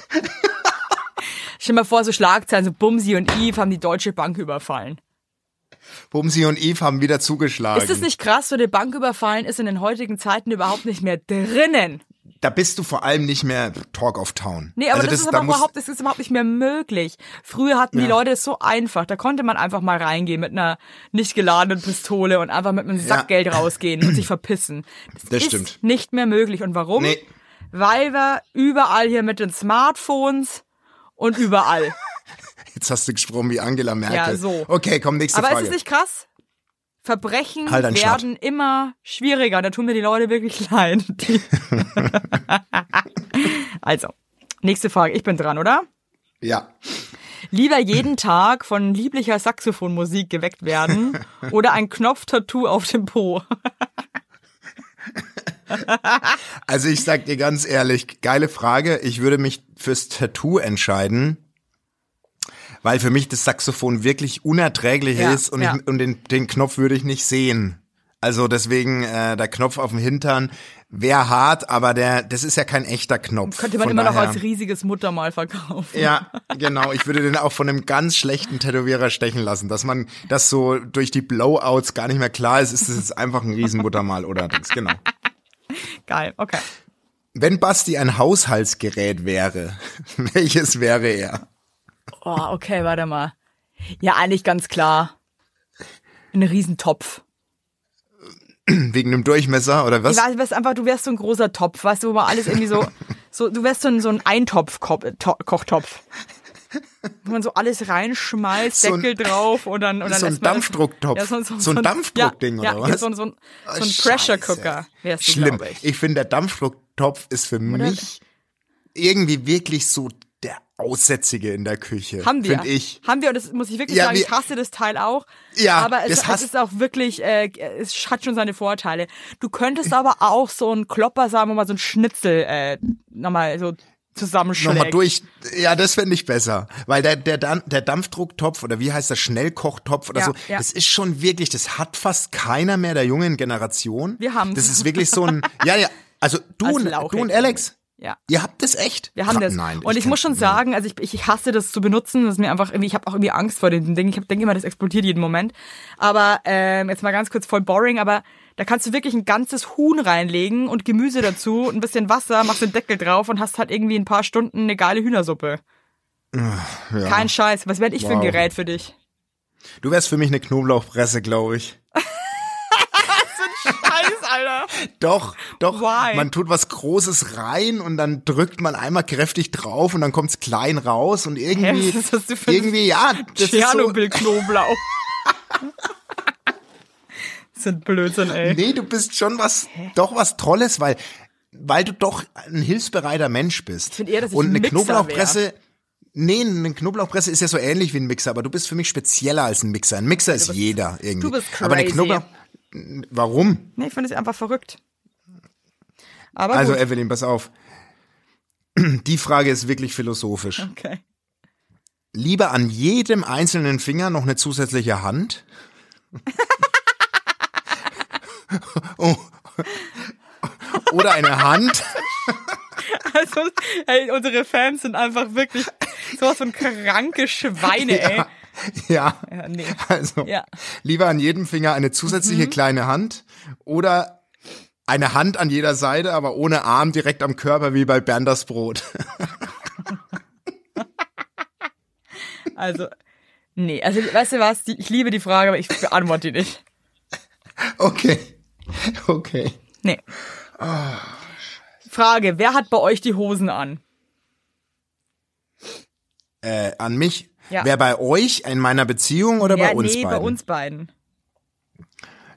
S5: Stell dir mal vor, so Schlagzeilen, so Bumsi und Eve haben die Deutsche Bank überfallen.
S7: Bumsi und Eve haben wieder zugeschlagen.
S5: Ist es nicht krass, so eine Bank überfallen ist in den heutigen Zeiten überhaupt nicht mehr drinnen?
S7: Da bist du vor allem nicht mehr Talk of Town.
S5: Nee, aber
S7: also
S5: das, ist
S7: da
S5: aber
S7: muss-
S5: überhaupt, das ist überhaupt nicht mehr möglich. Früher hatten die Leute es so einfach. Da konnte man einfach mal reingehen mit einer nicht geladenen Pistole und einfach mit einem Sackgeld rausgehen und sich verpissen.
S7: Das
S5: ist
S7: stimmt.
S5: nicht mehr möglich. Und warum?
S7: Nee.
S5: Weil wir überall hier mit den Smartphones und überall.
S7: Jetzt hast du gesprochen wie Angela Merkel.
S5: Ja, so.
S7: Okay, komm, nächste
S5: Aber
S7: Frage.
S5: ist es nicht krass? Verbrechen
S7: Halt einen Schnatt.
S5: werden immer schwieriger. Da tun mir die Leute wirklich leid. Die- also, nächste Frage. Ich bin dran, oder?
S7: ja.
S5: Lieber jeden Tag von lieblicher Saxophonmusik geweckt werden oder ein Knopftattoo auf dem Po.
S7: Also ich sag dir ganz ehrlich, geile Frage. Ich würde mich fürs Tattoo entscheiden, weil für mich das Saxophon wirklich unerträglich
S5: Ja,
S7: ist und,
S5: ja.
S7: ich, und den, den Knopf würde ich nicht sehen. Also deswegen äh, der Knopf auf dem Hintern wäre hart, aber der das ist ja kein echter Knopf.
S5: Könnte man
S7: Von
S5: immer noch
S7: daher-
S5: als riesiges Muttermal verkaufen.
S7: ja, genau. Ich würde den auch von einem ganz schlechten Tätowierer stechen lassen, dass man das so durch die Blowouts gar nicht mehr klar ist. Ist es jetzt einfach ein Riesenbuttermal oder Dings? Genau.
S5: Geil, okay.
S7: Wenn Basti ein Haushaltsgerät wäre, welches wäre er?
S5: Oh, okay, warte mal. Ja, eigentlich ganz klar. Ein Riesentopf.
S7: Wegen dem Durchmesser oder was?
S5: Ich weiß, du wärst einfach, du wärst so ein großer Topf, weißt du, wo man alles irgendwie so, so du wärst so ein, so ein Eintopf-Kochtopf. Wo man so alles reinschmeißt,
S7: So ein-
S5: Deckel drauf und dann, und dann
S7: so ein
S5: lässt man das-
S7: Dampfdrucktopf. So ein Dampfdruckding
S5: ja,
S7: oder
S5: ja,
S7: was? Ah,
S5: So ein, so ein, so ein
S7: Oh, Scheiße.
S5: Pressure Cooker wärst du,
S7: Schlimm.
S5: glaub ich.
S7: Ich, finde, der Dampfdrucktopf ist für mich irgendwie wirklich so der Aussätzige in der Küche.
S5: Haben wir.
S7: Finde ich.
S5: Haben wir, und das muss ich wirklich
S7: Ja,
S5: sagen, ich
S7: wir-
S5: hasse das Teil auch.
S7: Ja,
S5: aber es,
S7: das
S5: es
S7: hasst-
S5: ist auch wirklich, äh, es hat schon seine Vorteile. Du könntest aber auch so ein Klopper sagen, wo man so ein Schnitzel äh, nochmal so zusammenschlägt.
S7: Nochmal durch. Ja, das fände ich besser. Weil der, der, Dan- der Dampfdrucktopf oder wie heißt das, Schnellkochtopf oder
S5: Ja,
S7: so,
S5: ja.
S7: das ist schon wirklich, das hat fast keiner mehr der jungen Generation.
S5: Wir haben's.
S7: Das ist wirklich so ein, ja, ja, also du,
S5: Als
S7: und,
S5: Lauchig.
S7: du und Alex,
S5: Ja.
S7: ihr habt das echt?
S5: Wir haben
S7: Gra-
S5: das.
S7: Nein,
S5: und ich,
S7: kenn-
S5: muss schon sagen, also ich, ich hasse das zu benutzen. Das ist mir einfach irgendwie, ich habe auch irgendwie Angst vor dem Ding. Ich hab, denke immer, das explodiert jeden Moment. Aber ähm, jetzt mal ganz kurz voll boring, aber da kannst du wirklich ein ganzes Huhn reinlegen und Gemüse dazu, ein bisschen Wasser, machst den Deckel drauf und hast halt irgendwie in ein paar Stunden eine geile Hühnersuppe. Kein Scheiß. Was werde ich für ein
S7: Äh, Wow.
S5: Gerät für dich?
S7: Du wärst für mich eine Knoblauchpresse, glaube ich.
S5: Scheiß, Alter.
S7: Doch, doch.
S5: Why?
S7: Man tut was Großes rein und dann drückt man einmal kräftig draf und dann kommt's klein raus und irgendwie,
S5: Hä, was ist das denn für ein
S7: irgendwie, ja, das ist so,
S5: Tschernobyl-Knoblauch. Das sind Blödsinn, ey.
S7: Nee, du bist schon was, doch was Tolles, weil, weil du doch ein hilfsbereiter Mensch bist. Ich
S5: find eher, dass ich
S7: Und eine
S5: Mixer
S7: Knoblauchpresse, Nee, eine Knoblauchpresse ist ja so ähnlich wie ein Mixer, aber du bist für mich spezieller als ein Mixer. Ein Mixer ist jeder irgendwie.
S5: du bist
S7: Aber eine
S5: crazy.
S7: Knoblauch. Warum?
S9: Nee, ich finde es einfach verrückt. Aber
S7: Also,
S9: gut.
S7: Evelyn, pass auf. Die Frage ist wirklich philosophisch.
S9: Okay.
S7: Lieber an jedem einzelnen Finger noch eine zusätzliche Hand? oh. Oder eine Hand?
S5: Also, ey, unsere Fans sind einfach wirklich sowas von kranke Schweine, ey.
S7: Ja.
S5: Ja, nee.
S7: Also,
S5: Ja. Mhm.
S7: lieber an jedem Finger eine zusätzliche kleine Hand oder eine Hand an jeder Seite, aber ohne Arm direkt am Körper wie bei Bernders Brot.
S5: Also, nee. Also, weißt du was? Die, ich liebe die Frage, aber ich beantworte die nicht.
S7: Okay. Okay.
S5: Nee. Frage, wer hat bei euch die Hosen an?
S7: Äh, an mich.
S5: Ja.
S7: Wer bei euch, in meiner Beziehung oder
S5: ja,
S7: bei uns
S5: nee,
S7: beiden?
S5: bei uns beiden.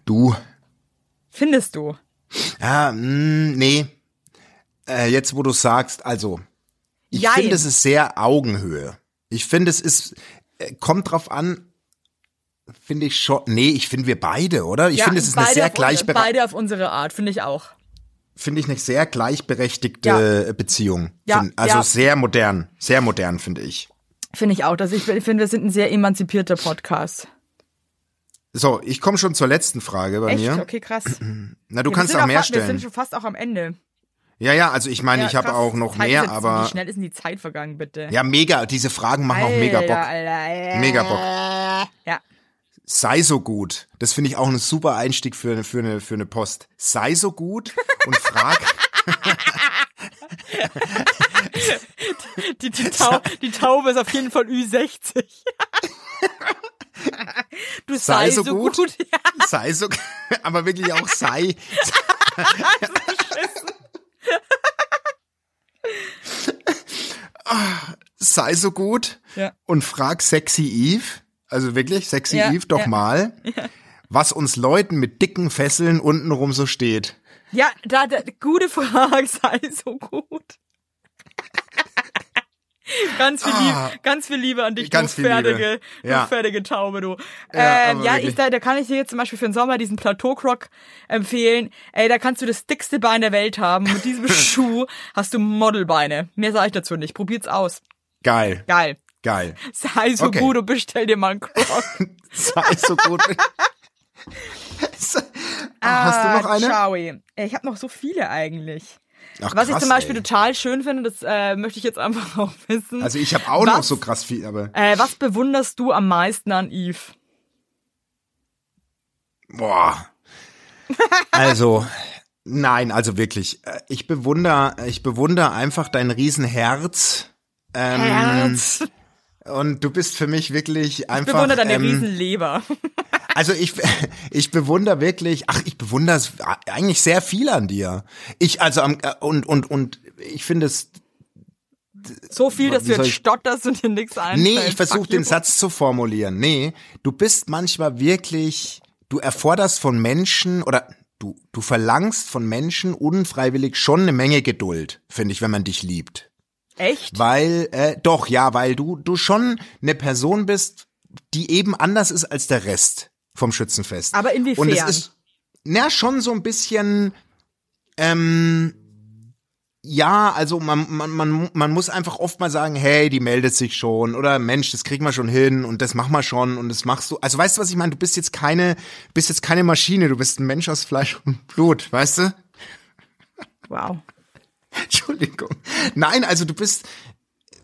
S7: Du.
S5: Findest du?
S7: Ja, mh, Hm, nee. Äh, jetzt, wo du sagst, also, ich
S5: Jein.
S7: finde, es ist sehr Augenhöhe. Ich finde, es ist, äh, kommt drauf an, finde ich schon, nee, ich finde, wir beide, oder? Ich
S5: ja,
S7: finde, es ist eine
S5: beide
S7: sehr
S5: auf unsere-
S7: gleichberechtigte,
S5: Beide auf unsere Art, finde ich auch.
S7: finde ich eine sehr gleichberechtigte äh,
S5: Ja.
S7: Beziehung.
S5: Ja,
S7: Find- also
S5: ja.
S7: sehr modern, sehr modern, finde ich.
S5: Finde ich auch. Dass ich finde, wir sind ein sehr emanzipierter Podcast.
S7: So, ich komme schon zur letzten Frage bei
S5: Echt?
S7: mir.
S5: Okay, krass.
S7: Na, du
S5: Ja, wir
S7: kannst
S5: sind
S7: noch
S5: auch
S7: mehr
S5: fa- Wir sind
S7: stellen.
S5: schon fast auch am Ende.
S7: Ja, ja, also ich meine,
S5: Ja,
S7: ich habe
S5: krass.
S7: auch noch
S5: Zeit ist
S7: mehr,
S5: jetzt- Wie
S7: aber
S5: schnell ist denn die Zeit vergangen, bitte?
S7: ja, mega, diese Fragen machen auch mega Bock. Mega Bock.
S5: Ja.
S7: Sei so gut. Das finde ich auch ein super Einstieg für eine, für eine, für eine Post. Sei so gut und frag.
S5: Die, die, Tau die Taube ist auf jeden Fall Ü60. du sei, so gut. Ja,
S7: sei so, aber wirklich auch sei. Ah, sei so gut
S5: Ja.
S7: und frag Sexy Eve, also wirklich Sexy
S5: Ja,
S7: Eve doch
S5: ja.
S7: mal, was uns Leuten mit dicken Fesseln untenrum so steht.
S5: ja da, da, gute Frage, sei so gut. Ganz viel, Liebe, ganz viel Liebe an dich,
S7: Ah. Ganz
S5: du,
S7: viel
S5: fertige,
S7: Liebe. Ja.
S5: du fertige Taube, du.
S7: Ja,
S5: Ja, ähm,
S7: aber
S5: ja
S7: wirklich.
S5: ich, da, da kann ich dir jetzt zum Beispiel für den Sommer diesen Plateau-Croc empfehlen. Ey, da kannst du das dickste Bein der Welt haben. Mit diesem Schuh hast du Modelbeine. Mehr sage ich dazu nicht. Probiert's aus.
S7: Geil,
S5: Geil.
S7: geil.
S5: Sei so
S7: Okay.
S5: gut und bestell dir mal einen Croc.
S7: Sei so gut. Ah, Hast du noch eine?
S5: Ciao. Ich habe noch so viele eigentlich.
S7: Ach,
S5: Was ich
S7: Ah, krass,
S5: zum Beispiel
S7: ey.
S5: total schön finde, das äh, möchte ich jetzt einfach auch wissen.
S7: Also ich habe auch
S5: was,
S7: noch so krass viel, aber
S5: Äh, was bewunderst du am meisten an Eve?
S7: boah. Also nein, also wirklich, äh, ich bewundere, ich bewundere einfach dein Riesenherz. Ähm,
S5: Herz.
S7: Und du bist für mich wirklich einfach.
S5: Bewundert deine
S7: ähm,
S5: Riesenleber.
S7: Also ich, ich bewundere wirklich, ach, ich bewundere es eigentlich sehr viel an dir. Ich, also am, äh, und, und, und ich finde es
S5: So viel, dass
S7: wie
S5: du
S7: soll
S5: jetzt
S7: ich-
S5: stotterst und dir nichts einfällt.
S7: Nee, ich versuche
S5: Fuck
S7: den
S5: you.
S7: Satz zu formulieren. Nee, du bist manchmal wirklich, du erforderst von Menschen oder du, du verlangst von Menschen unfreiwillig schon eine Menge Geduld, finde ich, wenn man dich liebt.
S5: Echt?
S7: Weil, äh, doch, ja, weil du, du schon eine Person bist, die eben anders ist als der Rest vom Schützenfest.
S5: Aber inwiefern?
S7: Und es ist, na, schon so ein bisschen, ähm, ja, also man, man, man, man muss einfach oft mal sagen, hey, die meldet sich schon oder Mensch, das kriegen wir schon hin und das machen wir schon und das machst du. Also weißt du, was ich meine? Du bist jetzt keine, bist jetzt keine Maschine, du bist ein Mensch aus Fleisch und Blut, weißt du?
S5: Wow.
S7: Entschuldigung. Nein, also du bist,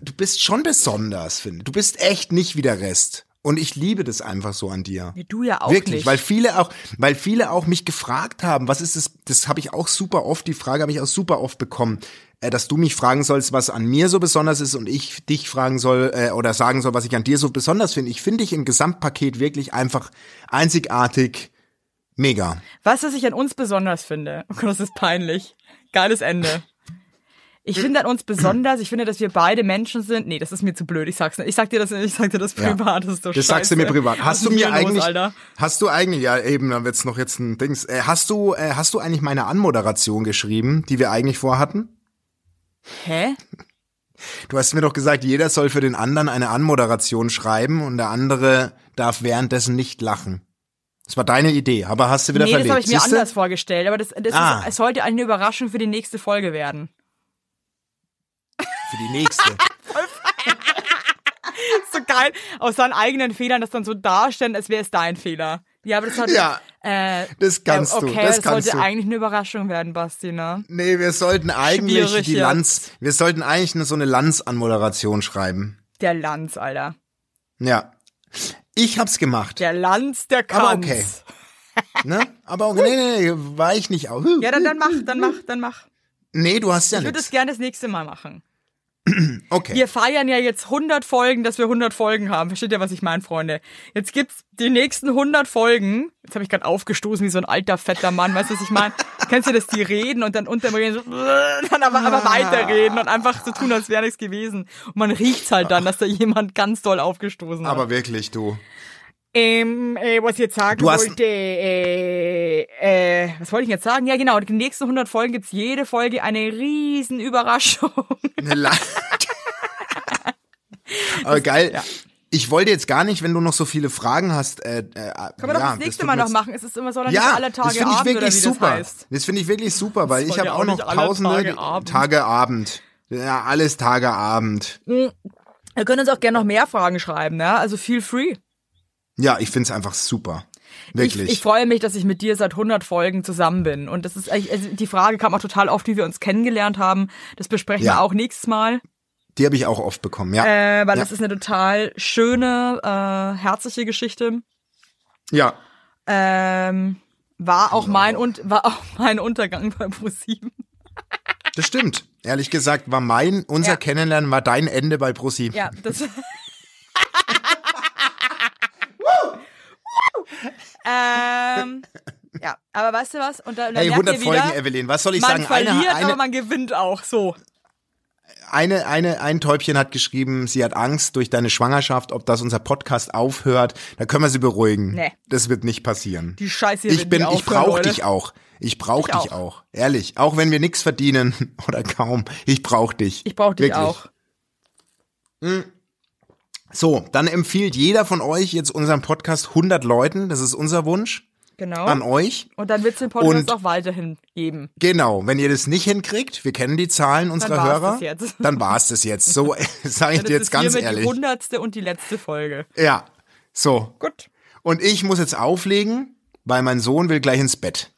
S7: du bist schon besonders, finde ich. Du bist echt nicht wie der Rest. Und ich liebe das einfach so an dir.
S5: Nee, du ja auch
S7: Wirklich,
S5: nicht.
S7: weil viele auch, weil viele auch mich gefragt haben, was ist das, das habe ich auch super oft, die Frage habe ich auch super oft bekommen, äh, dass du mich fragen sollst, was an mir so besonders ist und ich dich fragen soll äh, oder sagen soll, was ich an dir so besonders finde. Ich finde dich im Gesamtpaket wirklich einfach einzigartig, mega.
S5: Weißt du, was ich an uns besonders finde? Oh Gott, das ist peinlich. Geiles Ende. Ich finde an uns besonders, ich finde, dass wir beide Menschen sind. Nee, das ist mir zu blöd. Ich sag's nicht. Ich sag dir das, ich sag dir das
S7: Ja.
S5: privat. Das, ist doch
S7: Das sagst du
S5: scheiße.
S7: mir privat.
S5: Was
S7: Hast
S5: ist
S7: du
S5: mit
S7: mir
S5: los,
S7: eigentlich,
S5: Alter?
S7: hast du eigentlich, ja eben, dann wird's noch jetzt ein Dings. Äh, hast du, äh, hast du eigentlich meine Anmoderation geschrieben, die wir eigentlich vorhatten?
S5: Hä?
S7: Du hast mir doch gesagt, jeder soll für den anderen eine Anmoderation schreiben und der andere darf währenddessen nicht lachen. Das war deine Idee, aber hast du wieder
S5: Nee, das
S7: verlegt.
S5: habe ich mir
S7: Siehste?
S5: anders vorgestellt, aber das, das
S7: Ah.
S5: ist, es sollte eine Überraschung für die nächste Folge werden.
S7: Für die nächste.
S5: ist so geil, aus seinen eigenen Fehlern das dann so darstellen, als wäre es dein Fehler. Ja, aber das hat.
S7: Ja,
S5: äh,
S7: das kannst
S5: äh,
S7: du,
S5: okay,
S7: das kannst
S5: sollte
S7: du.
S5: eigentlich eine Überraschung werden, Basti, ne?
S7: Nee, wir sollten eigentlich
S5: Schwierig
S7: die
S5: jetzt.
S7: Lanz, wir sollten eigentlich nur so eine Lanz-Anmoderation schreiben.
S5: Der Lanz, Alter.
S7: Ja. Ich hab's gemacht,
S5: Der Lanz, der Kanz.
S7: Aber okay. ne? Aber okay, nee, nee, nee, war ich nicht. au-
S5: Ja, dann, dann mach, dann mach, dann mach.
S7: Nee, du hast ja
S5: Ich würde es
S7: nichts.
S5: gerne das nächste Mal machen.
S7: Okay.
S5: Wir feiern ja jetzt 100 Folgen, dass wir 100 Folgen haben. Versteht ihr, was ich meine, Freunde? Jetzt gibt's die nächsten 100 Folgen. Jetzt habe ich gerade aufgestoßen wie so ein alter, fetter Mann. Weißt du, was ich meine? Kennst du das? Die reden und dann unter dem Reden so, dann aber, aber weiterreden und einfach so tun, als wäre nichts gewesen. Und man riecht's halt dann, dass da jemand ganz doll aufgestoßen hat.
S7: Aber wirklich, du.
S5: Ähm, äh, was ich jetzt sagen
S7: Du hast-
S5: wollte, äh, äh, was wollte ich jetzt sagen? Ja, genau, die nächsten 100 Folgen gibt's jede Folge eine riesen Überraschung.
S7: Eine La- Aber geil. Ich wollte jetzt gar nicht, wenn du noch so viele Fragen hast. Äh, äh,
S5: Können wir
S7: ja,
S5: doch das nächste
S7: tut
S5: Mal
S7: mir
S5: noch
S7: jetzt-
S5: machen. Es ist immer so, dann ist
S7: Ja,
S5: aller Tage
S7: das finde ich
S5: Abend,
S7: wirklich
S5: oder wie
S7: super.
S5: das heißt.
S7: Das finde ich wirklich super, weil ich
S5: wollte
S7: habe
S5: ja
S7: auch
S5: auch
S7: noch
S5: nicht alle
S7: tausende
S5: Tage Abend.
S7: Tage Abend. Ja, alles Tage Abend.
S5: Wir können uns auch gerne noch mehr Fragen schreiben, ne? Also feel free.
S7: Ja, ich find's einfach super.
S5: Ich,
S7: Wirklich.
S5: ich freue mich, dass ich mit dir seit 100 Folgen zusammen bin. Und das ist eigentlich, also die Frage kam auch total oft, wie wir uns kennengelernt haben. Das besprechen
S7: Ja.
S5: wir auch nächstes Mal.
S7: Die habe ich auch oft bekommen, ja.
S5: Äh, weil
S7: Ja.
S5: das ist eine total schöne, äh, herzliche Geschichte.
S7: ja.
S5: Ähm, war auch
S7: Genau.
S5: mein und war auch mein Untergang bei ProSieben.
S7: Das stimmt. Ehrlich gesagt, war mein, unser
S5: Ja.
S7: Kennenlernen war dein Ende bei ProSieben.
S5: Ja, das. ähm, ja, aber weißt du was? Und da, und da
S7: Hey,
S5: merkt
S7: 100
S5: ihr wieder,
S7: Folgen, Evelyn. Was soll ich
S5: man
S7: sagen?
S5: verliert,
S7: eine,
S5: aber
S7: eine,
S5: man gewinnt auch. So.
S7: eine, eine, ein Täubchen hat geschrieben, sie hat Angst durch deine Schwangerschaft, ob das unser Podcast aufhört. Da können wir sie beruhigen.
S5: Nee.
S7: Das wird nicht passieren.
S5: Die Scheiße hier
S7: ich
S5: wird
S7: bin,
S5: nie
S7: ich
S5: aufhören,
S7: brauche
S5: Leute.
S7: dich auch. Ich brauche
S5: Ich
S7: dich auch.
S5: auch.
S7: Ehrlich. Auch wenn wir nichts verdienen oder kaum. Ich brauche dich.
S5: Ich brauche dich
S7: Wirklich.
S5: auch.
S7: So, dann empfiehlt jeder von euch jetzt unseren Podcast 100 Leuten. Das ist unser Wunsch
S5: Genau.
S7: an euch.
S5: und dann wird's den Podcast
S7: Und-
S5: auch weiterhin geben.
S7: Genau, wenn ihr das nicht hinkriegt, wir kennen die Zahlen unserer
S5: war's
S7: Hörer,
S5: das jetzt.
S7: dann war es das jetzt. So sage ich
S5: Das
S7: dir jetzt
S5: ist
S7: ganz
S5: hiermit
S7: ehrlich.
S5: die hundertste und die letzte Folge.
S7: Ja, so.
S5: Gut.
S7: Und ich muss jetzt auflegen, weil mein Sohn will gleich ins Bett.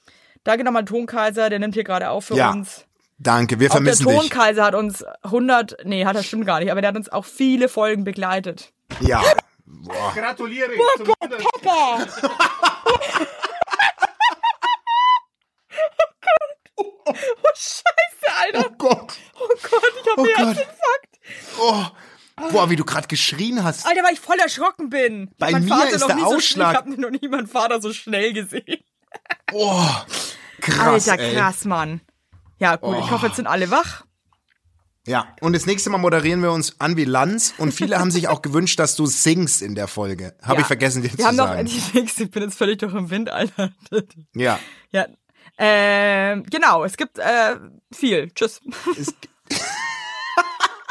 S5: Danke nochmal an Tonkaiser, der nimmt hier gerade auf für
S7: Ja,
S5: uns.
S7: Danke, wir
S5: Auch der
S7: vermissen dich.
S5: Tonkaiser hat uns 100, nee, hat er stimmt gar nicht, aber der hat uns auch viele Folgen begleitet.
S7: Ja.
S10: Gratuliere zum Wunder-
S5: Alter,
S7: Oh Gott.
S5: Oh ich hab
S7: Oh
S5: mir
S7: Gott.
S5: Herzinfarkt.
S7: Oh. Boah, wie du gerade geschrien hast.
S5: Alter, weil ich voll erschrocken bin.
S7: Bei
S5: Ich hab meinen
S7: mir
S5: Vater
S7: ist
S5: noch
S7: der
S5: nie so
S7: Ausschlag-
S5: schnell- Ich hab noch nie meinen Vater so schnell gesehen.
S7: Oh. Krass,
S5: Alter,
S7: ey.
S5: krass, Mann. Ja, gut, ich hoffe, jetzt sind alle wach.
S7: Ja, und das nächste Mal moderieren wir uns an wie Lanz und viele haben sich auch gewünscht, dass du singst in der Folge. Habe
S5: ja.
S7: ich vergessen dir
S5: Wir
S7: zu
S5: haben noch
S7: sagen.
S5: die nächste, ich bin jetzt völlig durch den Wind, Alter.
S7: ja.
S5: Ja. Ähm, genau, es gibt äh, viel. Tschüss.
S7: Es-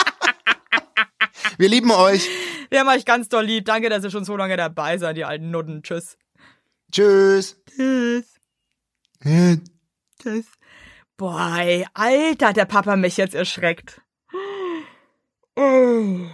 S7: wir lieben euch.
S5: Wir haben euch ganz doll lieb. Danke, dass ihr schon so lange dabei seid, ihr alten Nutten. Tschüss.
S7: Tschüss.
S5: Tschüss. Tschüss. Boah, ey, Alter, hat der Papa mich jetzt erschreckt. Oh.